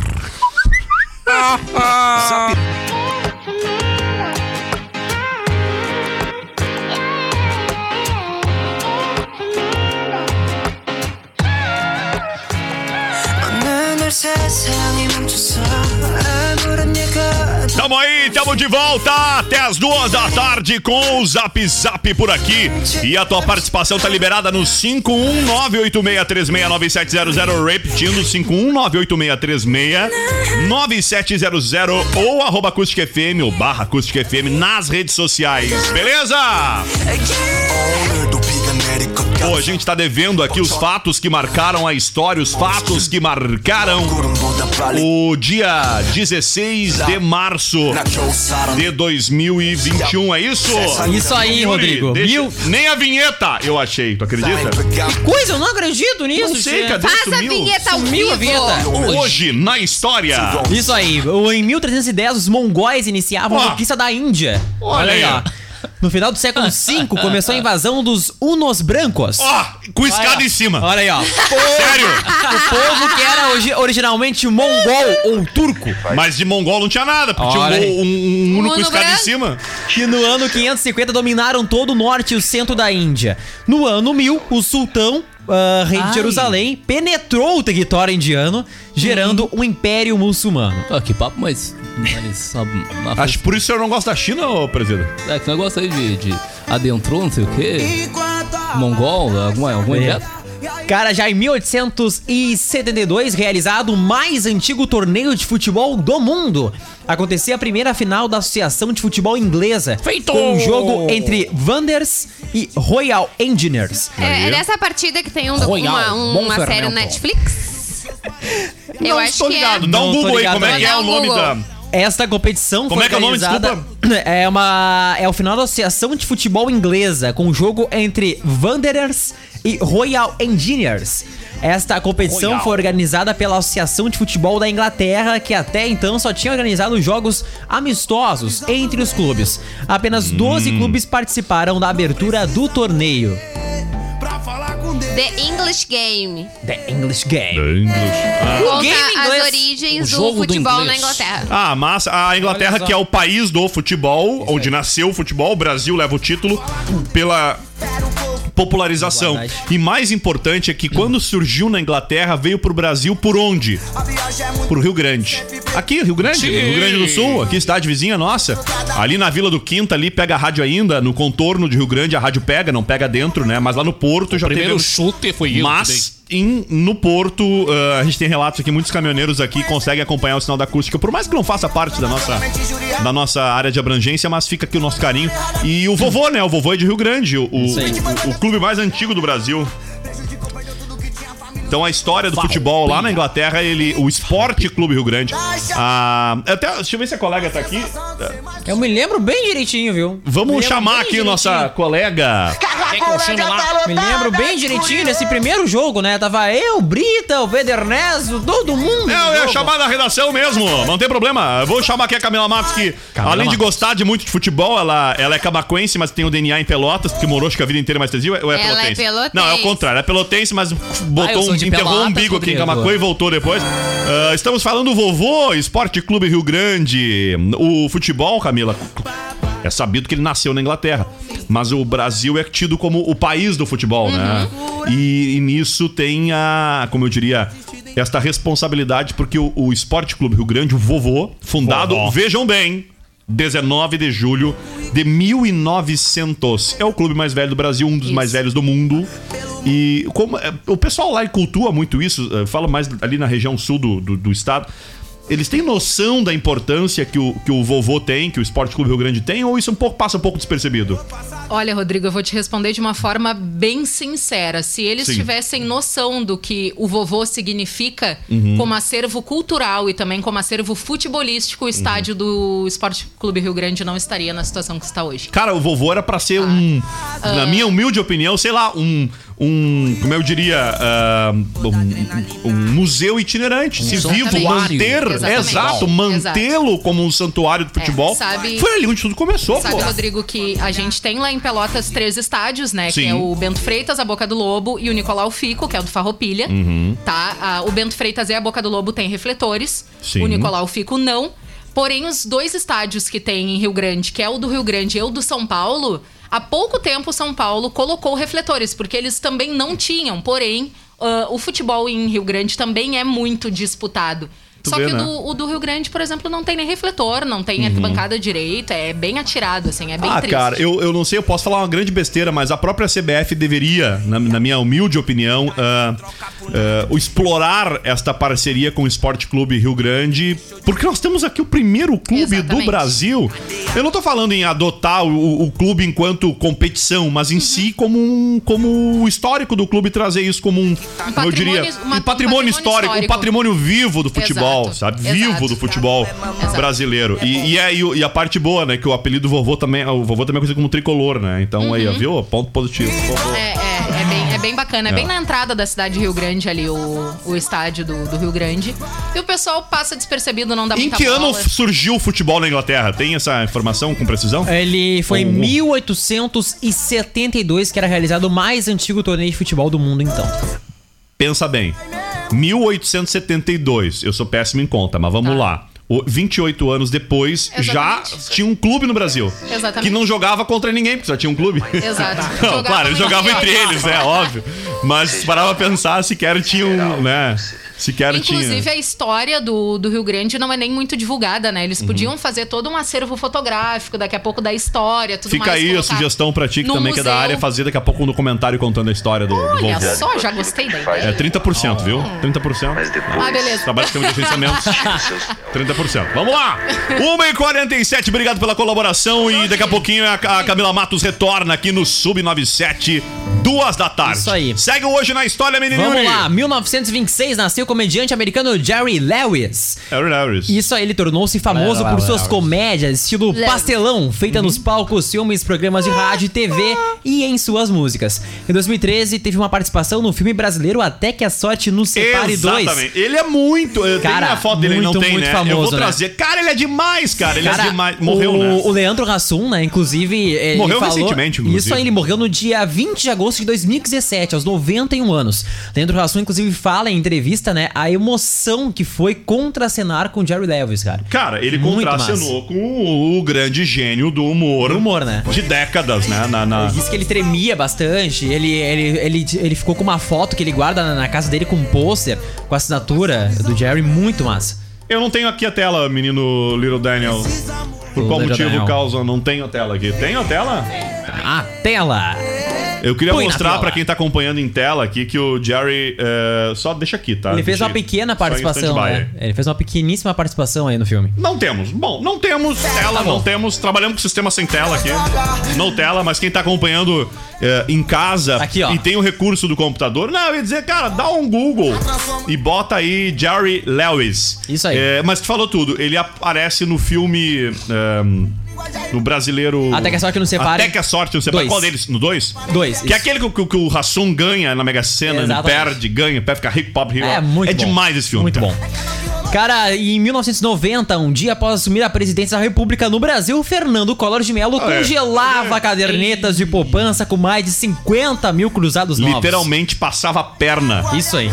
Speaker 1: Tamo aí, tamo de volta até as duas da tarde com o Zap Zap por aqui. E a tua participação tá liberada no 51986369700, repetindo 51986369700 ou arroba acústica FM ou barra acústica FM nas redes sociais, beleza? Pô, a gente tá devendo aqui os fatos que marcaram a história, os fatos que marcaram o dia 16 de março de 2021, é isso?
Speaker 5: Isso aí,
Speaker 1: Yuri,
Speaker 5: Rodrigo.
Speaker 1: deixa-
Speaker 5: Mil...
Speaker 1: Nem a vinheta eu achei, tu acredita?
Speaker 5: Coisa, eu não acredito nisso,
Speaker 1: Não sei,
Speaker 5: gente.
Speaker 1: cadê
Speaker 3: Faz a
Speaker 1: sumiu?
Speaker 3: vinheta ao
Speaker 5: Sumiu a vinheta.
Speaker 3: vivo.
Speaker 1: Hoje na história.
Speaker 5: Isso aí, em 1310 os mongóis iniciavam
Speaker 1: Ó.
Speaker 5: a conquista da Índia.
Speaker 1: Olha aí, ó.
Speaker 5: No final do século V começou a invasão dos Hunos Brancos.
Speaker 1: Ó, com escada
Speaker 5: Olha,
Speaker 1: em cima.
Speaker 5: Olha aí, ó.
Speaker 1: Sério?
Speaker 5: O povo que era ogi- originalmente mongol ou turco.
Speaker 1: Mas de mongol não tinha nada, porque
Speaker 5: Olha
Speaker 1: tinha um,
Speaker 5: aí.
Speaker 1: gol- um, um uno com
Speaker 3: Uno
Speaker 1: escada em
Speaker 3: branco.
Speaker 1: cima.
Speaker 5: que no ano 550 dominaram todo o norte e o centro da Índia. No ano 1000, o sultão, ah, rei de Jerusalém, penetrou o território indiano, gerando um império muçulmano.
Speaker 2: Ah, que papo, mas. mas sabe, na
Speaker 1: Acho que por isso eu não gosto da China, ô presidente.
Speaker 2: É, esse negócio aí de, de adentrou, não sei o quê. Mongol, alguma, alguma
Speaker 5: É.
Speaker 2: ideia?
Speaker 5: Cara, já em 1872, realizado o mais antigo torneio de futebol do mundo. Acontecia a primeira final da Associação de Futebol Inglesa.
Speaker 6: Feito!
Speaker 5: Com um jogo entre Wanders e Royal Engineers.
Speaker 3: É, é dessa partida que tem um, docu-
Speaker 6: Royal,
Speaker 3: uma, um-
Speaker 6: bom
Speaker 3: uma série
Speaker 6: fermento.
Speaker 3: no Netflix. Eu
Speaker 1: Não
Speaker 3: acho
Speaker 1: estou
Speaker 3: que é.
Speaker 1: ligado. Dá
Speaker 5: Não
Speaker 1: um
Speaker 5: tô
Speaker 1: Google aí
Speaker 5: ligado,
Speaker 1: como é
Speaker 3: não.
Speaker 1: que é
Speaker 3: Dá
Speaker 1: o
Speaker 3: um
Speaker 1: nome
Speaker 3: Google.
Speaker 1: da.
Speaker 5: Esta competição
Speaker 1: Como
Speaker 5: foi
Speaker 1: é que é o nome?
Speaker 5: organizada... É uma... É o final da Associação de Futebol Inglesa, com um jogo entre Wanderers e Royal Engineers. Esta competição
Speaker 6: Royal.
Speaker 5: foi organizada pela Associação de Futebol da Inglaterra, que até então só tinha organizado jogos amistosos entre os clubes. Apenas 12
Speaker 1: Hum.
Speaker 5: clubes participaram da abertura do torneio.
Speaker 3: The English Game.
Speaker 5: The English Game.
Speaker 3: Conta
Speaker 5: game inglês.
Speaker 3: as origens
Speaker 6: O
Speaker 3: do
Speaker 6: jogo do
Speaker 3: futebol na
Speaker 6: inglês.
Speaker 3: Inglaterra.
Speaker 1: Ah, mas a Inglaterra,
Speaker 5: só.
Speaker 1: que é o país do futebol, onde nasceu o futebol, o Brasil leva o título pela popularização.
Speaker 5: Boa noite.
Speaker 1: E mais importante é que quando surgiu na Inglaterra, veio pro Brasil por onde? Pro Rio Grande. Aqui, Rio Grande, Rio Grande do Sul, aqui cidade vizinha nossa. Ali na Vila do Quinta, ali pega a rádio ainda, no contorno de Rio Grande a rádio pega, não pega dentro, né? Mas lá no Porto já teve...
Speaker 6: Primeiro
Speaker 1: um-
Speaker 6: chute foi eu. que dei.
Speaker 1: mas em- no Porto, ah, a gente tem relatos aqui, muitos caminhoneiros aqui conseguem acompanhar o sinal da acústica, por mais que não faça parte da nossa, da nossa área de abrangência, mas fica aqui o nosso carinho. E o vovô, né? O vovô é de Rio Grande, o, o-
Speaker 5: Isso aí.
Speaker 1: o- o clube mais antigo do Brasil. Então a história do futebol lá na Inglaterra, ele, o Esporte Clube Rio Grande. Ah, até, deixa eu ver se a colega tá aqui.
Speaker 5: Eu me lembro bem direitinho, viu?
Speaker 1: Vamos
Speaker 5: Me lembro
Speaker 1: chamar
Speaker 5: bem
Speaker 1: aqui
Speaker 5: direitinho.
Speaker 1: nossa colega.
Speaker 6: Quem que eu chamo lá?
Speaker 5: Me lembro bem direitinho desse primeiro jogo, né? Tava eu, Brita, o Vederneso, todo mundo. no
Speaker 1: Não, eu ia
Speaker 5: jogo.
Speaker 1: chamar da redação mesmo, não tem problema. Eu Vou chamar aqui a Camila Matos, que além de
Speaker 5: Matos.
Speaker 1: gostar de muito de futebol, ela, ela é camaquense, mas tem o DNA em Pelotas, porque morou acho que a vida inteira mais Brasil, ou é
Speaker 3: Ela
Speaker 1: pelotense?
Speaker 3: é pelotense.
Speaker 1: Não, é o contrário, é pelotense, mas
Speaker 6: Ah, eu
Speaker 1: botou
Speaker 6: sou
Speaker 1: um,
Speaker 6: de
Speaker 1: enterrou um
Speaker 6: Pelotas,
Speaker 1: umbigo aqui em
Speaker 6: Rodrigo.
Speaker 1: Camacuã e voltou depois. Ah, estamos falando do vovô, Esporte Clube Rio Grande. O futebol, Camila, é sabido que ele nasceu na Inglaterra. Mas o Brasil é tido como o país do futebol, né? E, e nisso tem a, como eu diria, esta responsabilidade, porque o, o Esporte Clube Rio Grande, o vovô, fundado, Vovó. vejam bem. 19 de julho de 1900. É o clube mais velho do Brasil, um dos mais velhos do mundo. E como é, o pessoal lá cultua muito isso, é, fala mais ali na região sul do, do, do estado. Eles têm noção da importância que o, que o vovô tem, que o Esporte Clube Rio Grande tem, ou isso um pouco, passa um pouco despercebido?
Speaker 7: Olha, Rodrigo, eu vou te responder de uma forma bem sincera. Se eles
Speaker 1: Sim.
Speaker 7: tivessem noção do que o vovô significa como acervo cultural e também como acervo futebolístico, o estádio do Esporte Clube Rio Grande não estaria na situação que está hoje.
Speaker 1: Cara, o vovô era pra ser um.
Speaker 7: Ah.
Speaker 1: Na minha humilde opinião, sei lá, um. um como eu diria. ah, um, um museu itinerante. Se vivo,
Speaker 7: Um santuário.
Speaker 1: manter.
Speaker 7: Exatamente. Exato.
Speaker 1: Exato,
Speaker 7: É,
Speaker 1: mantê-lo como um santuário do futebol.
Speaker 7: sabe-
Speaker 1: Foi ali onde tudo começou,
Speaker 7: Sabe,
Speaker 1: pô.
Speaker 7: Rodrigo, que a gente tem lá em Pelotas três estádios, né?
Speaker 1: Sim.
Speaker 7: Que é o Bento Freitas, a Boca do Lobo e o Nicolau Fico, que é o do Farroupilha, tá? Ah, o Bento Freitas e a Boca do Lobo têm refletores,
Speaker 1: Sim.
Speaker 7: o Nicolau Fico não. Porém, os dois estádios que tem em Rio Grande, que é o do Rio Grande e o do São Paulo, há pouco tempo o São Paulo colocou refletores, porque eles também não tinham. Porém, ah, o futebol em Rio Grande também é muito disputado.
Speaker 1: Tu
Speaker 7: Só
Speaker 1: vê,
Speaker 7: que o
Speaker 1: né?
Speaker 7: do o do Rio Grande, por exemplo, não tem nem refletor, não tem arquibancada direita, é bem atirado, assim, é bem
Speaker 1: Uhum. ah,
Speaker 7: triste.
Speaker 1: cara, eu, eu não sei, eu posso falar uma grande besteira, mas a própria CBF deveria, na, na minha humilde opinião, ah, ah, explorar esta parceria com o Esporte Clube Rio Grande, porque nós temos aqui o primeiro clube do
Speaker 7: Exatamente.
Speaker 1: Brasil. Eu não tô falando em adotar o, o clube enquanto competição, mas em
Speaker 7: Uhum.
Speaker 1: si como um como o histórico do clube trazer isso como um, como eu
Speaker 7: patrimônio- uma-
Speaker 1: diria,
Speaker 7: um
Speaker 1: um patrimônio
Speaker 7: patrimônio
Speaker 1: histórico, um
Speaker 7: histórico.
Speaker 1: patrimônio vivo do futebol,
Speaker 7: Exato,
Speaker 1: sabe?
Speaker 7: exato. É,
Speaker 1: Vivo do futebol
Speaker 7: Exato.
Speaker 1: brasileiro. E, e, é- e o- e a parte boa, né? Que o apelido vovô também. O vovô também é conhecido como tricolor, né? Então aí, ó, viu? Ponto positivo. Vovô.
Speaker 7: Uhum. É, é, é bem, é bem bacana. É, bem na entrada da cidade de Rio Grande ali, o, o estádio do, do Rio Grande. E o pessoal passa despercebido, não dá
Speaker 1: Em
Speaker 7: muita
Speaker 1: que ano
Speaker 7: bola.
Speaker 1: surgiu o futebol na Inglaterra? Tem essa informação com precisão?
Speaker 5: Ele foi em
Speaker 1: Bom.
Speaker 5: 1872 que era realizado o mais antigo torneio de futebol do mundo, então.
Speaker 1: Pensa bem. 1872. Eu sou péssimo em conta, mas vamos lá. O- 28 anos depois, já
Speaker 7: Tá. Exatamente.
Speaker 1: tinha um clube no Brasil.
Speaker 7: Exatamente.
Speaker 1: Que não jogava contra ninguém, porque só tinha um clube.
Speaker 7: Exato.
Speaker 1: Não, claro, eles jogavam entre eles, né? Óbvio. Mas se parava pra pensar, sequer tinha um, né? Sequer
Speaker 7: Inclusive,
Speaker 1: tinha.
Speaker 7: a história do, do Rio Grande não é nem muito divulgada, né?
Speaker 1: Uhum.
Speaker 7: Eles podiam fazer todo um acervo fotográfico, daqui a pouco da história, é tudo
Speaker 1: Fica
Speaker 7: mais.
Speaker 1: aí a
Speaker 7: colocar
Speaker 1: sugestão pra ti, que
Speaker 7: no
Speaker 1: também que é da
Speaker 7: museu.
Speaker 1: área, fazer daqui a pouco um documentário contando a história do, do
Speaker 7: Olha
Speaker 1: vovô.
Speaker 7: só, já gostei da ideia.
Speaker 1: É 30%, viu? 30%. Mas
Speaker 7: depois- Ah, beleza.
Speaker 1: Tá basicamente licenciamento. 30%. Vamos lá! 1h47, obrigado pela colaboração. E daqui a pouquinho a, a Camila Matos retorna aqui no Sub97, duas da tarde. Isso aí. Segue o hoje na história, menino.
Speaker 5: Vamos lá, 1926 nasceu o comediante americano Jerry Lewis.
Speaker 1: Jerry Lewis.
Speaker 5: Isso aí, ele tornou-se famoso
Speaker 1: Larry
Speaker 5: por suas
Speaker 1: Lewis.
Speaker 5: comédias estilo
Speaker 8: Lewis.
Speaker 5: pastelão, feita
Speaker 1: Uhum.
Speaker 5: nos palcos, filmes, programas de rádio e TV e em suas músicas. Em 2013, teve uma participação no filme brasileiro Até que a Sorte nos Separe 2.
Speaker 1: Exatamente. Ele é muito. eu tenho
Speaker 5: Cara,
Speaker 1: a foto dele,
Speaker 5: muito,
Speaker 1: não tem,
Speaker 5: muito
Speaker 1: né?
Speaker 5: famoso,
Speaker 1: Eu vou
Speaker 5: né?
Speaker 1: trazer. Cara, ele é demais, cara. Ele é demais. Morreu,
Speaker 5: o,
Speaker 1: né?
Speaker 5: O Leandro Hassum, né? Inclusive. Ele
Speaker 1: Morreu
Speaker 5: falou,
Speaker 1: recentemente, inclusive.
Speaker 5: Isso aí, ele morreu no dia 20 de agosto de 2017, aos 91 anos. Leandro Hassum, inclusive, fala em entrevista, né? A emoção que foi contracenar com Jerry Lewis, cara.
Speaker 1: Cara, ele
Speaker 5: Muito
Speaker 1: contracenou com o grande gênio do humor.
Speaker 5: humor, né?
Speaker 1: De décadas, né? Na, na-
Speaker 5: Ele disse que ele tremia bastante, ele, ele, ele, ele ficou com uma foto que ele guarda na, na casa dele com um pôster, com a assinatura do Jerry, muito massa.
Speaker 1: Eu não tenho aqui a tela, menino Little Daniel. Por qual
Speaker 5: Little
Speaker 1: motivo
Speaker 5: Daniel.
Speaker 1: causa? Não tenho a tela aqui. Tenho a tela?
Speaker 5: A Ah, tela!
Speaker 1: Eu queria
Speaker 5: Põe na
Speaker 1: mostrar
Speaker 5: tela.
Speaker 1: pra quem tá acompanhando em tela aqui que o Jerry. é, só deixa aqui, tá?
Speaker 5: Ele fez
Speaker 1: Deixa
Speaker 5: uma
Speaker 1: aí.
Speaker 5: pequena
Speaker 1: Só em
Speaker 5: participação,
Speaker 1: stand-by.
Speaker 5: né? Ele fez uma pequeníssima participação aí no filme.
Speaker 1: Não temos. Bom, não temos
Speaker 5: Tá
Speaker 1: tela, não temos. Trabalhamos com sistema sem tela aqui. Não tela, mas quem tá acompanhando é, em casa e tem o recurso do computador, não, eu ia dizer, cara, dá um Google e bota aí Jerry Lewis. Isso aí. mas tu falou tudo. Ele aparece no filme. é, no brasileiro.
Speaker 5: Até que a sorte nos separe.
Speaker 1: Até que a sorte nos separe.
Speaker 5: Dois.
Speaker 1: Qual deles? No dois?
Speaker 5: Dois,
Speaker 1: Que é aquele que, que- que o Rassum ganha na Mega Sena, ele
Speaker 5: Exatamente.
Speaker 1: perde, ganha, perde, fica rico, pobre, rico.
Speaker 5: É muito
Speaker 1: É
Speaker 5: bom.
Speaker 1: demais esse filme. Muito
Speaker 5: bom. Cara, e em 1990, um dia após assumir a presidência da República no Brasil, Fernando Collor de Mello
Speaker 1: é.
Speaker 5: congelava cadernetas de poupança com mais de 50 mil cruzados novos.
Speaker 1: Literalmente passava a perna.
Speaker 5: Isso aí.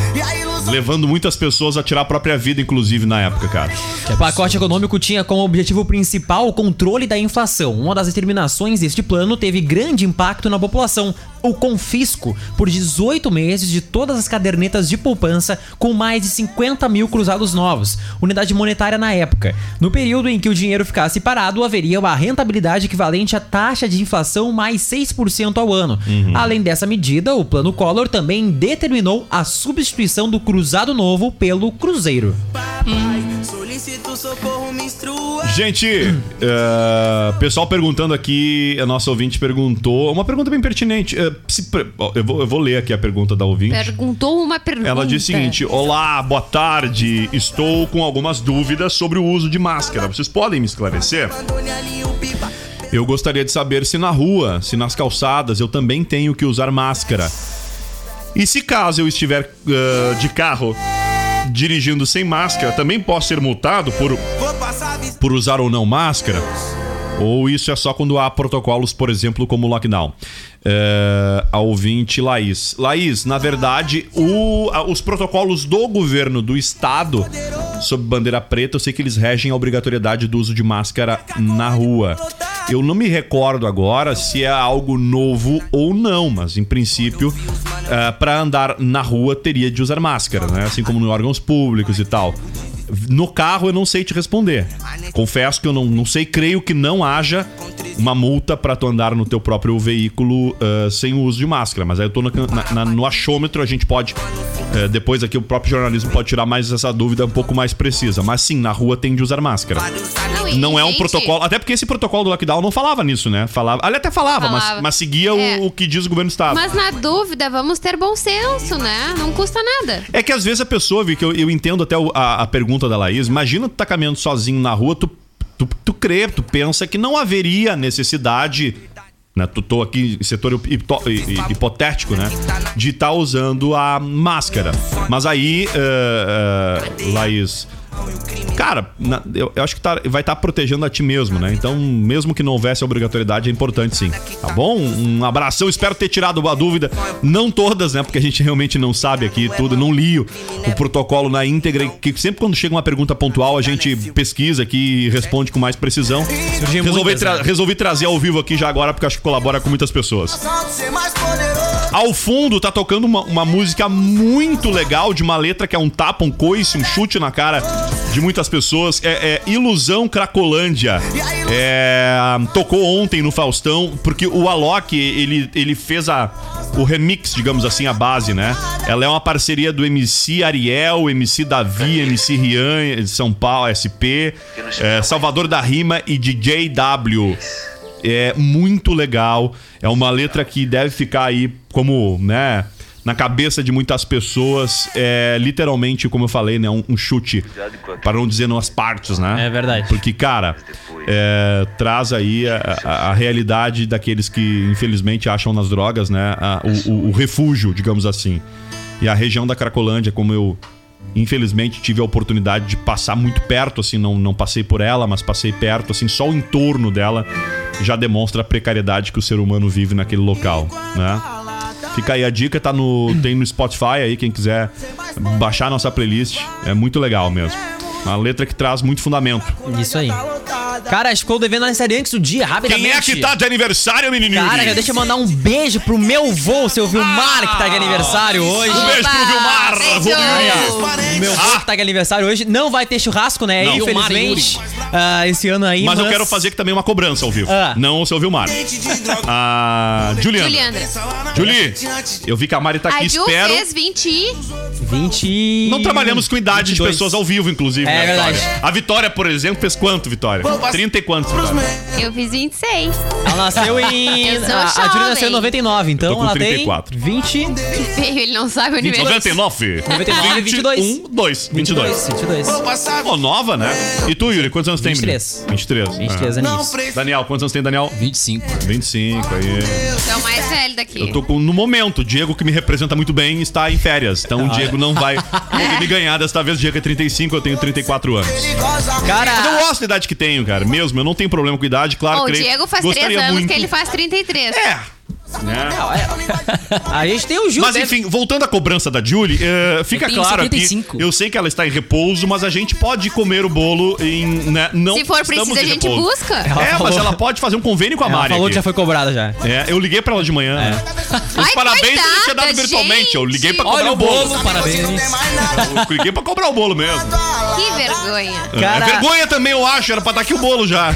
Speaker 1: Levando muitas pessoas a tirar a própria vida, inclusive, na época, cara.
Speaker 5: O pacote econômico tinha como objetivo principal o controle da inflação. Uma das determinações deste plano teve grande impacto na população: o confisco por 18 meses de todas as cadernetas de poupança com mais de 50 mil cruzados novos, unidade monetária na época. No período em que o dinheiro ficasse parado, haveria uma rentabilidade equivalente à taxa de inflação mais 6% ao ano.
Speaker 1: Uhum.
Speaker 5: Além dessa medida, o plano Collor também determinou a substituição do cruzado novo pelo cruzeiro.
Speaker 9: Solicito socorro, me instrua.
Speaker 1: Gente, eh, pessoal perguntando aqui, a nossa ouvinte perguntou, uma pergunta bem pertinente. eh, se pre- ó, eu, vou, eu vou ler aqui a pergunta da ouvinte.
Speaker 3: Perguntou uma pergunta.
Speaker 1: Ela diz o seguinte: Olá, boa tarde. Estou com algumas dúvidas sobre o uso de máscara. Vocês podem me esclarecer? Eu gostaria de saber se na rua, se nas calçadas, eu também tenho que usar máscara. E se caso eu estiver ah, de carro dirigindo sem máscara, também posso ser multado por, por usar ou não máscara? Ou isso é só quando há protocolos, por exemplo, como o lockdown? É, a ouvinte Laís. Laís, na verdade, o- a- os protocolos do governo do estado sob bandeira preta, eu sei que eles regem a obrigatoriedade do uso de máscara na rua. Eu não me recordo agora se é algo novo ou não, mas em princípio, para andar na rua teria de usar máscara, né? Assim como em órgãos públicos e tal. No carro eu não sei te responder. Confesso que eu não, não sei, creio que não haja uma multa pra tu andar no teu próprio veículo ah, sem o uso de máscara. Mas aí eu tô na, na- na- no achômetro, a gente pode. eh, depois aqui o próprio jornalismo pode tirar mais essa dúvida um pouco mais precisa. Mas sim, na rua tem de usar máscara.
Speaker 3: Não, e-
Speaker 1: Não é um
Speaker 3: Tá gente,
Speaker 1: protocolo. Até porque esse protocolo do lockdown não falava nisso, né? Falava, ele até falava, mas-
Speaker 3: Falava.
Speaker 1: Mas, seguia o-
Speaker 3: É.
Speaker 1: o, que diz o governo do estado.
Speaker 3: Mas na dúvida, vamos ter bom senso, né? Não custa nada.
Speaker 1: É que às vezes a pessoa, Vi, que eu, eu entendo até o- a, a pergunta da Laís, imagina tu tá caminhando sozinho na rua, tu, tu, tu crê, tu pensa que não haveria necessidade. Né, tu tô aqui em setor hipto- hi- hi- hipotético, né? De estar usando a máscara. Mas aí, eh, eh, Laís, Cara, na- eu, eu acho que tá- vai estar protegendo a ti mesmo, né? Então, mesmo que não houvesse obrigatoriedade, é importante sim. Tá bom? Um abração, espero ter tirado a dúvida. Não todas, né? Porque a gente realmente não sabe aqui tudo, não li o, o protocolo na íntegra. e Que sempre quando chega uma pergunta pontual, a gente pesquisa aqui e responde com mais precisão. Resolvi,
Speaker 10: muitas,
Speaker 1: tra-
Speaker 10: né?
Speaker 1: resolvi trazer ao vivo aqui já agora, porque acho que colabora com muitas pessoas. Ao fundo tá tocando uma, uma música muito legal de uma letra que é um tapa, um coice, um chute na cara de muitas pessoas. É, é Ilusão Cracolândia. É, tocou ontem no Faustão, porque o Alok, ele, ele fez a, o remix, digamos assim, a base, né? Ela é uma parceria do MC Ariel, MC Davi, MC Rian, de São Paulo, SP, é, Salvador da Rima e DJ W. É muito legal. É uma letra que deve ficar aí como, né? Na cabeça de muitas pessoas, é literalmente, como eu falei, né? Um, um chute. Para não dizer nas partes, né? É verdade. Porque, cara, é, traz aí a, a- a realidade daqueles que, infelizmente, acham nas drogas, né? a- o- o- o refúgio, digamos assim. E a região da Cracolândia, como eu Infelizmente tive a oportunidade de passar muito perto, assim, não, não passei por ela, mas passei perto, assim, só o entorno dela já demonstra a precariedade que o ser humano vive naquele local, né? Fica aí a dica, tá no, tem no Spotify aí, quem quiser baixar a nossa playlist, é muito legal mesmo. Uma letra que traz muito fundamento.
Speaker 5: Isso aí. Cara, acho que eu devendo aniversário antes do dia, rapidamente.
Speaker 1: Quem é que tá de aniversário, menininho?
Speaker 5: Cara, já deixa eu mandar um beijo pro meu vô, seu Vilmar, que tá
Speaker 1: Ah,
Speaker 5: de aniversário hoje.
Speaker 10: Um beijo pro Vilmar,
Speaker 5: Beijo.
Speaker 10: Vilmar.
Speaker 5: Meu
Speaker 1: Ah,
Speaker 5: vô que tá de aniversário hoje. Não vai ter churrasco, né?
Speaker 1: Não. Vilmar e
Speaker 5: Infelizmente. ah, esse ano aí.
Speaker 1: Mas eu quero fazer também uma cobrança ao vivo.
Speaker 5: Ah.
Speaker 1: Não o seu Vilmar. A Juliana.
Speaker 3: Juliandra.
Speaker 1: Julie, eu vi que a Mari tá
Speaker 3: a
Speaker 1: aqui,
Speaker 3: Ju
Speaker 1: espero.
Speaker 3: fez 20 e...
Speaker 5: 20.
Speaker 1: Não trabalhamos com idade de
Speaker 5: 22.
Speaker 1: pessoas ao vivo, inclusive.
Speaker 5: É
Speaker 1: né, Vitória?
Speaker 5: verdade.
Speaker 1: A Vitória, por exemplo, fez quanto, Vitória?
Speaker 5: Bom, mas-
Speaker 1: 30 e quantos? Vitória?
Speaker 3: Eu fiz 26.
Speaker 5: Ela nasceu em.
Speaker 3: Eu sou
Speaker 5: a, a Juliana
Speaker 3: jovem.
Speaker 5: nasceu em 99, então
Speaker 1: com
Speaker 5: ela
Speaker 1: 34.
Speaker 5: tem. 20.
Speaker 3: Que feio, ele não sabe o universo.
Speaker 1: 99.
Speaker 5: 99, 22.
Speaker 1: 21, 2, 22.
Speaker 5: 22.
Speaker 1: Pô, nova, né? E tu, Yuri, quantos anos tem,
Speaker 5: 23.
Speaker 1: menino? 23.
Speaker 5: 23
Speaker 1: é.
Speaker 5: aninhos.
Speaker 1: Daniel, quantos anos tem, Daniel?
Speaker 6: 25.
Speaker 1: 25, aí.
Speaker 3: É o mais velho daqui.
Speaker 1: Eu tô com, no momento, o Diego, que me representa muito bem, está em férias. Então o Diego não vai conseguir me ganhar desta vez. O Diego é 35, eu tenho 34 anos. Mas eu gosto da idade que tenho, cara. Mesmo, eu não tenho problema com idade, claro.
Speaker 3: Ó, o
Speaker 1: creio-
Speaker 3: Diego faz 3
Speaker 1: gostaria
Speaker 3: anos
Speaker 1: muito,
Speaker 3: que ele faz 33.
Speaker 1: É. né?
Speaker 5: A gente tem o Ju,
Speaker 1: Mas enfim, voltando à cobrança da Julie, eh, fica
Speaker 3: Eu tenho
Speaker 1: claro aqui.
Speaker 3: 75.
Speaker 1: Eu sei que ela está em repouso, mas a gente pode comer o bolo em. né, não
Speaker 3: Se for
Speaker 1: estamos
Speaker 3: preciso, a
Speaker 1: em
Speaker 3: gente
Speaker 1: repouso.
Speaker 3: busca.
Speaker 1: É, mas ela pode fazer um convênio com a
Speaker 5: Ela
Speaker 1: Mari.
Speaker 5: falou
Speaker 1: aqui.
Speaker 5: que já foi cobrada já.
Speaker 1: É, eu liguei pra ela de manhã. né? Os
Speaker 3: Ai,
Speaker 1: parabéns eu tinha dado
Speaker 3: coitada,
Speaker 1: virtualmente. Eu liguei pra
Speaker 5: gente.
Speaker 1: cobrar
Speaker 5: Olha
Speaker 1: o bolo.
Speaker 5: o um bolo, parabéns.
Speaker 1: Eu liguei pra cobrar o bolo mesmo.
Speaker 3: Que vergonha.
Speaker 5: Cara-
Speaker 1: É vergonha também, eu acho. Era pra dar aqui o bolo já.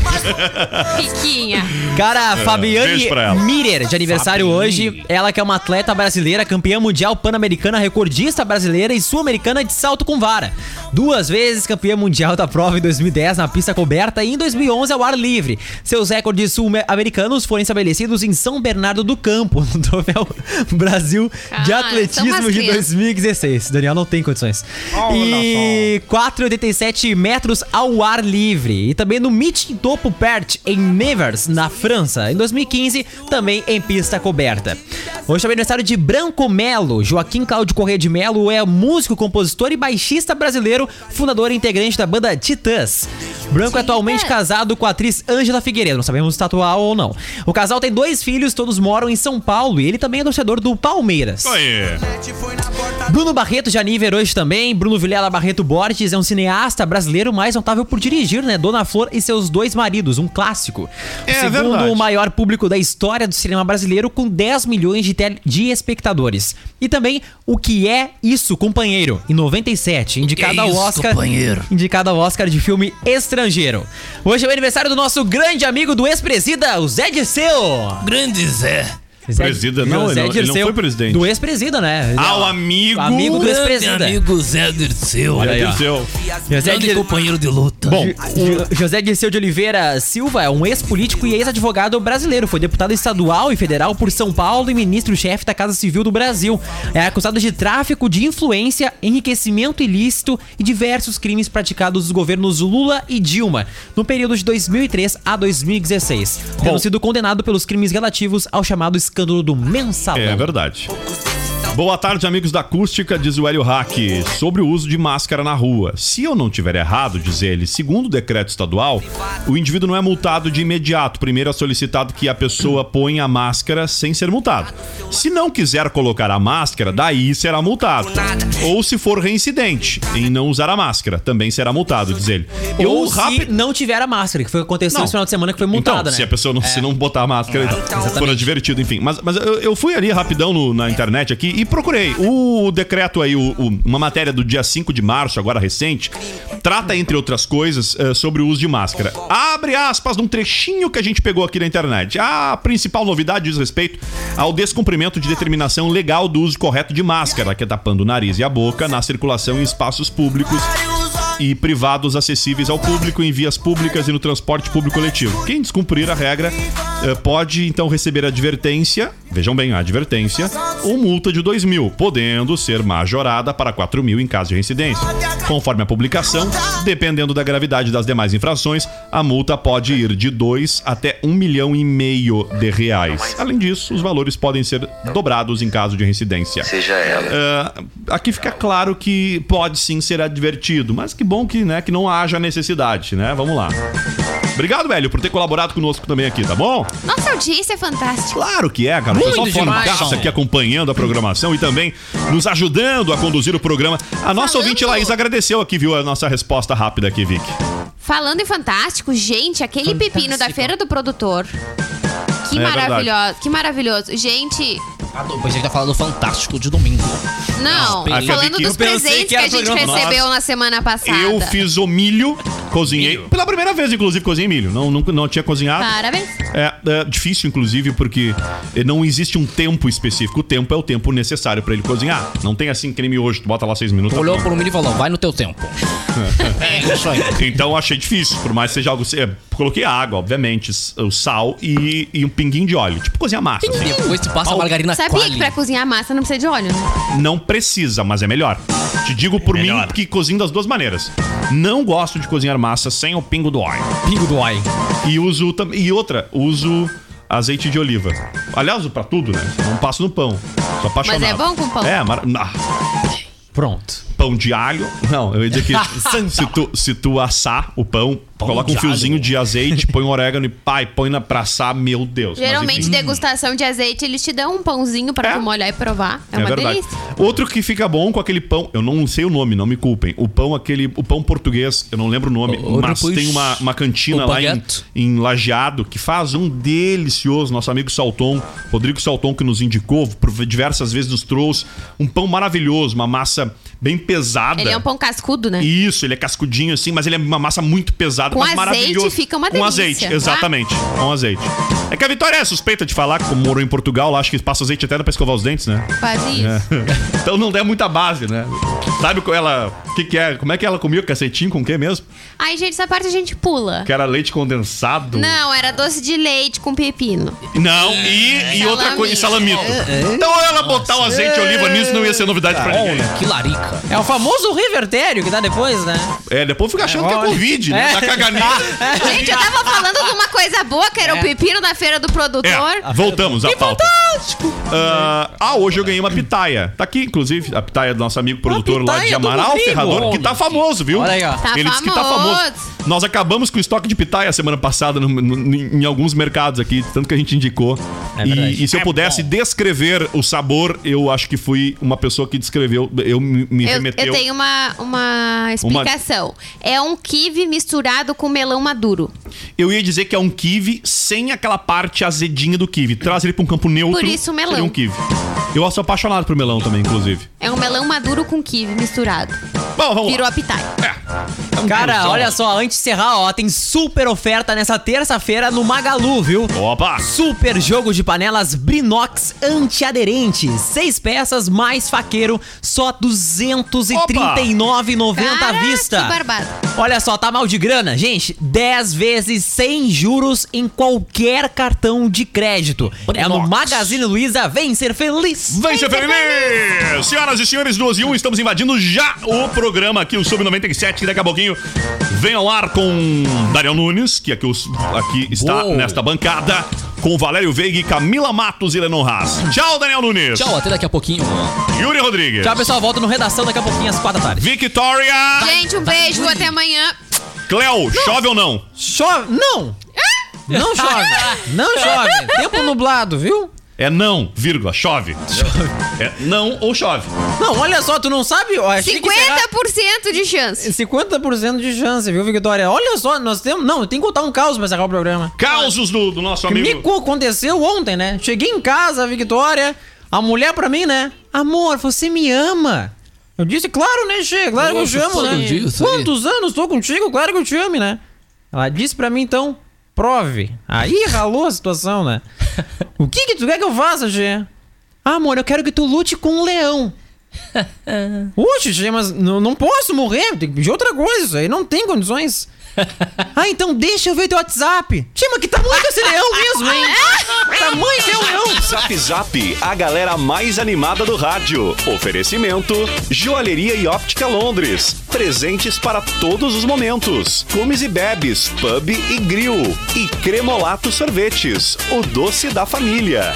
Speaker 3: Piquinha.
Speaker 5: Cara,
Speaker 1: É,
Speaker 5: Fabiane
Speaker 1: beijo pra ela.
Speaker 5: Mirer, de aniversário hoje. Ela que é uma atleta brasileira, campeã mundial pan-americana, recordista brasileira e sul-americana de salto com vara. Duas vezes campeã mundial da prova em 2010 na pista coberta e em 2011 ao ar livre. Seus recordes sul-americanos foram estabelecidos em São Bernardo do Campo, no troféu Brasil de
Speaker 3: Ah, são
Speaker 5: atletismo
Speaker 3: umas
Speaker 5: de
Speaker 3: crianças.
Speaker 5: 2016. Daniel não tem condições. E 4,87 metros ao ar livre. E também no Meeting Topo Pert, em Nevers, na França, em 2015, também em pista coberta. Hoje é o aniversário de Branco Melo. Joaquim Cláudio Corrêa de Melo é músico, compositor e baixista brasileiro, fundador e integrante da banda Titãs. Branco é atualmente casado com a atriz Ângela Figueiredo. Não sabemos se tá atual ou não. O casal tem dois filhos, todos moram em São Paulo e ele também é torcedor do Palmeiras.
Speaker 1: Aí.
Speaker 5: Bruno Barreto de Aníver hoje também. Bruno Vilela Barreto Borges é um cineasta brasileiro mais notável por dirigir, né? Dona Flor e seus dois maridos, um clássico.
Speaker 1: É,
Speaker 5: o segundo
Speaker 1: verdade.
Speaker 5: o maior público da história do cinema brasileiro, com 10 milhões de, tel- de espectadores. E também O Que É Isso, Companheiro, em 97, indicado
Speaker 6: é
Speaker 5: ao
Speaker 6: isso,
Speaker 5: Oscar.
Speaker 6: companheiro?
Speaker 5: Indicado ao Oscar de filme estrangeiro. Hoje é o aniversário do nosso grande amigo do ex-presida, o Zé Dirceu.
Speaker 2: Grande Zé.
Speaker 5: Zé-
Speaker 1: Presida, não, ele não-
Speaker 5: Zé
Speaker 1: ele não
Speaker 5: Dirceu,
Speaker 1: foi presidente.
Speaker 5: Do ex-presida, né?
Speaker 1: Ao amigo.
Speaker 5: Amigo do
Speaker 2: Grande
Speaker 5: ex-presida.
Speaker 2: amigo Zé Dirceu.
Speaker 1: Olha aí, Dirceu.
Speaker 5: José
Speaker 2: Grande
Speaker 5: Dir-
Speaker 2: companheiro de luta.
Speaker 1: É Bom,
Speaker 5: Jo- José Dirceu de Oliveira Silva é um ex-político e ex-advogado brasileiro. Foi deputado estadual e federal por São Paulo e ministro-chefe da Casa Civil do Brasil. É acusado de tráfico de influência, enriquecimento ilícito e diversos crimes praticados nos governos Lula e Dilma no período de 2003 a 2016. Tendo sido condenado pelos crimes relativos ao chamado escândalo do mensalão.
Speaker 1: É verdade. Boa tarde, amigos da acústica, diz o Hélio Hack. Sobre o uso de máscara na rua. Se eu não tiver errado, diz ele, segundo o decreto estadual, o indivíduo não é multado de imediato. Primeiro é solicitado que a pessoa ponha a máscara sem ser multado. Se não quiser colocar a máscara, daí será multado. Ou se for reincidente em não usar a máscara, também será multado, diz ele. Eu
Speaker 5: Ou se não tiver a máscara, que foi o que aconteceu
Speaker 1: Não.
Speaker 5: esse final de semana, que foi multada,
Speaker 1: então,
Speaker 5: né?
Speaker 1: se a pessoa não, se não botar a máscara,
Speaker 5: exatamente.
Speaker 1: for divertido, enfim. Mas, mas eu, eu fui ali rapidão no- na internet aqui e procurei. O decreto aí, o- o- uma matéria do dia 5 de março, agora recente, trata, entre outras coisas, eh, sobre o uso de máscara. Abre aspas num trechinho que a gente pegou aqui na internet. A principal novidade diz respeito ao descumprimento de determinação legal do uso correto de máscara, que é tapando o nariz e a boca na circulação em espaços públicos e privados acessíveis ao público em vias públicas e no transporte público coletivo. Quem descumprir a regra eh, pode então receber advertência, vejam bem, a advertência, ou multa de 2 mil, podendo ser majorada para 4 mil em caso de reincidência. Conforme a publicação, dependendo da gravidade das demais infrações, a multa pode ir de 2 até 1 milhão e meio de reais. Além disso, os valores podem ser dobrados em caso de reincidência. Seja ela. Ah, aqui fica claro que pode sim ser advertido, mas que bom que, né, que não haja necessidade, né? Vamos lá. Obrigado, velho, por ter colaborado conosco também aqui, tá bom?
Speaker 3: Nossa audiência é fantástica.
Speaker 1: Claro que é, cara. O
Speaker 3: Muito
Speaker 1: pessoal
Speaker 3: demais.
Speaker 1: formidaça aqui acompanhando a programação e também nos ajudando a conduzir o programa. A nossa ouvinte Laís agradeceu aqui, viu, a nossa resposta rápida aqui, Vic.
Speaker 3: Falando em fantástico, gente, aquele pepino da feira do produtor. Que
Speaker 6: É verdade.
Speaker 3: maravilhoso, que maravilhoso. Gente,
Speaker 6: Depois a gente tá falando do Fantástico de domingo.
Speaker 3: não,
Speaker 1: Ah, que a
Speaker 3: falando
Speaker 1: Vicky-
Speaker 3: dos
Speaker 1: Eu pensei
Speaker 3: presentes
Speaker 1: que
Speaker 3: que,
Speaker 1: era
Speaker 3: a gente
Speaker 1: programa nosso.
Speaker 3: recebeu na semana passada.
Speaker 1: Eu fiz o milho, cozinhei. Pela primeira vez, inclusive, cozinhei milho. Não, não, não tinha cozinhado.
Speaker 3: Parabéns.
Speaker 1: É, é difícil, inclusive, porque eh, não existe um tempo específico. O tempo é o tempo necessário pra ele cozinhar. Não tem assim creme hoje, tu bota lá seis minutos. tá
Speaker 6: Olhou pro milho e falou, vai no teu tempo.
Speaker 1: É isso aí. Então eu achei difícil, por mais que seja algo. eh, Coloquei água, obviamente, s- o sal e, e um pinguinho de óleo. Tipo cozinhar massa. Assim.
Speaker 6: Depois tu passa a margarina
Speaker 3: Sabia que pra cozinhar massa não precisa de óleo, né?
Speaker 1: Não precisa, mas é melhor. Te digo por mim que cozinho das duas maneiras. Não gosto de cozinhar massa sem o pingo do óleo.
Speaker 5: Pingo do óleo.
Speaker 1: E uso tam- e outra, uso azeite de oliva. Aliás, uso pra tudo, né? Não passo no pão. Sou apaixonado.
Speaker 3: Mas é bom com pão?
Speaker 1: É, mar... ah.
Speaker 5: Pronto.
Speaker 1: Pão de alho? Não, eu ia dizer que
Speaker 5: Santa.
Speaker 1: se, tu, se tu assar o pão, coloca um
Speaker 5: de
Speaker 1: fiozinho de azeite, põe um orégano e pai, põe na pra assar, meu Deus. Mas
Speaker 3: Geralmente,
Speaker 1: enfim.
Speaker 3: degustação de azeite, eles te dão um pãozinho pra tu molhar e provar. É,
Speaker 1: É,
Speaker 3: uma
Speaker 1: verdade.
Speaker 3: delícia.
Speaker 1: Outro que fica bom com aquele pão, eu não sei o nome, não me culpem. O pão aquele, o pão português, eu não lembro o nome,
Speaker 6: O-
Speaker 1: mas
Speaker 6: depois,
Speaker 1: tem uma, uma cantina
Speaker 6: o
Speaker 1: lá em,
Speaker 6: baguete.
Speaker 1: em Lajeado que faz um delicioso. Nosso amigo Salton, Rodrigo Salton, que nos indicou por diversas vezes nos trouxe um pão maravilhoso, uma massa bem pesada.
Speaker 3: Ele é um pão cascudo, né?
Speaker 1: Isso, ele é cascudinho assim, mas ele é uma massa muito pesada,
Speaker 3: Com
Speaker 1: mas
Speaker 3: azeite
Speaker 1: maravilhoso.
Speaker 3: fica uma
Speaker 1: Com
Speaker 3: delícia,
Speaker 1: azeite,
Speaker 3: tá?
Speaker 1: exatamente. Com azeite. É que a Vitória é suspeita de falar, como morou em Portugal, lá acho que passa azeite até pra escovar os dentes, né?
Speaker 3: Faz isso.
Speaker 1: É. Então não der muita base, né? Sabe qual ela. O que, que é? Como é que ela comia o cacetinho com o que mesmo?
Speaker 3: Aí, gente, essa parte a gente pula.
Speaker 1: Que era leite condensado?
Speaker 3: Não, era doce de leite com pepino.
Speaker 1: Não, e, e outra coisa, e salamito.
Speaker 3: É,
Speaker 1: Então ela botar o azeite de oliva nisso não ia ser novidade pra
Speaker 5: Olha,
Speaker 1: ninguém.
Speaker 6: Que larica.
Speaker 5: É o famoso revertério que dá depois, né?
Speaker 1: É, depois fica achando que é
Speaker 5: olha.
Speaker 1: Covid, né?
Speaker 5: É.
Speaker 1: Da caganeira.
Speaker 3: Gente, eu tava falando de uma coisa boa, que era o pepino da feira do produtor.
Speaker 1: É, voltamos à pauta. Ah, ah, hoje eu ganhei uma pitaia. Tá aqui, inclusive, a pitaia do nosso amigo produtor lá de
Speaker 3: pitaia do
Speaker 1: Amaral
Speaker 3: Rodrigo.
Speaker 1: Ferrador, que tá famoso, viu?
Speaker 3: Olha aí, ó. Tá
Speaker 1: Ele disse que tá
Speaker 3: famoso.
Speaker 1: famoso. Nós acabamos com o estoque de pitaia semana passada no- no- em alguns mercados aqui, tanto que a gente indicou.
Speaker 3: É
Speaker 1: e, e se eu pudesse descrever o sabor, eu acho que fui uma pessoa que descreveu, eu me, me
Speaker 3: Eu,
Speaker 1: remeteu.
Speaker 3: eu tenho uma, uma explicação. É um kiwi misturado com melão maduro.
Speaker 1: Eu ia dizer que é um kiwi sem aquela parte azedinha do kiwi. Traz ele pra um campo neutro.
Speaker 3: Por isso, melão.
Speaker 1: seria um kiwi. Eu sou apaixonado por melão também, inclusive.
Speaker 3: É um melão maduro com kiwi misturado.
Speaker 1: Bom, vamos
Speaker 3: Virou a pitaia.
Speaker 1: É um
Speaker 5: Cara, olha só, antes de encerrar, ó, tem super oferta nessa terça-feira no Magalu, viu?
Speaker 1: Opa!
Speaker 5: Super jogo de panelas Brinox antiaderente. Seis peças mais faqueiro, só R$ 239,90 à
Speaker 3: Caraca,
Speaker 5: vista.
Speaker 3: que barbado.
Speaker 5: Olha só, tá mal de grana? Gente, 10 vezes sem juros em qualquer cartão de crédito. É no Magazine Luiza, vem ser feliz!
Speaker 1: Vem ser feliz! Senhoras e senhores, 12 e 1, estamos invadindo já o programa aqui, o Sub-97, que daqui a pouquinho vem ao ar com Daniel Nunes, que aqui, os- aqui está nesta bancada. com Valério Veiga, e Camila Matos e Lennon Haas. Tchau, Daniel Nunes.
Speaker 5: Tchau, até daqui a pouquinho.
Speaker 1: Yuri Rodrigues.
Speaker 5: Tchau, pessoal. Volto no Redação daqui a pouquinho, às quatro da tarde.
Speaker 1: Victoria!
Speaker 3: Gente, um beijo, até amanhã.
Speaker 1: Cléo, chove ou não?
Speaker 5: Chove? Não!
Speaker 3: Ah,
Speaker 5: Não chove! Não chove! Tempo nublado, viu?
Speaker 1: É não, vírgula, chove. É não ou chove.
Speaker 5: Não, olha só, tu não sabe? Eu achei que será-
Speaker 3: 50% de chance.
Speaker 5: 50% de chance, viu, Victoria? Olha só, nós temos. Não, tem que contar um caos pra encerrar o programa.
Speaker 1: Causos do, do nosso
Speaker 5: Que
Speaker 1: amigo.
Speaker 5: me co- aconteceu ontem, né? Cheguei em casa, Victoria, a mulher pra mim, né? Amor, você me ama. Eu disse, claro, né, Che? Claro que eu te
Speaker 2: Nossa,
Speaker 5: amo,
Speaker 2: todo
Speaker 5: né?
Speaker 2: dia isso aí.
Speaker 5: Quantos anos tô contigo? Claro que eu te amo, né? Ela disse pra mim, então, prove. Aí ralou a situação, né? O que que tu quer que eu faça, Che? Ah, amor, eu quero que tu lute com um leão. Oxe, Che, mas não, não posso morrer, tem que pedir outra coisa, isso aí não tem condições. Ah, então deixa eu ver teu WhatsApp. Che, mas que tamanho que esse leão mesmo, hein? Tamanho que é o leão.
Speaker 11: Zap Zap, a galera mais animada do rádio. Oferecimento: Joalheria e Óptica Londres. Presentes para todos os momentos. Comes e bebes, pub e grill. E Cremolato Sorvetes, o doce da família.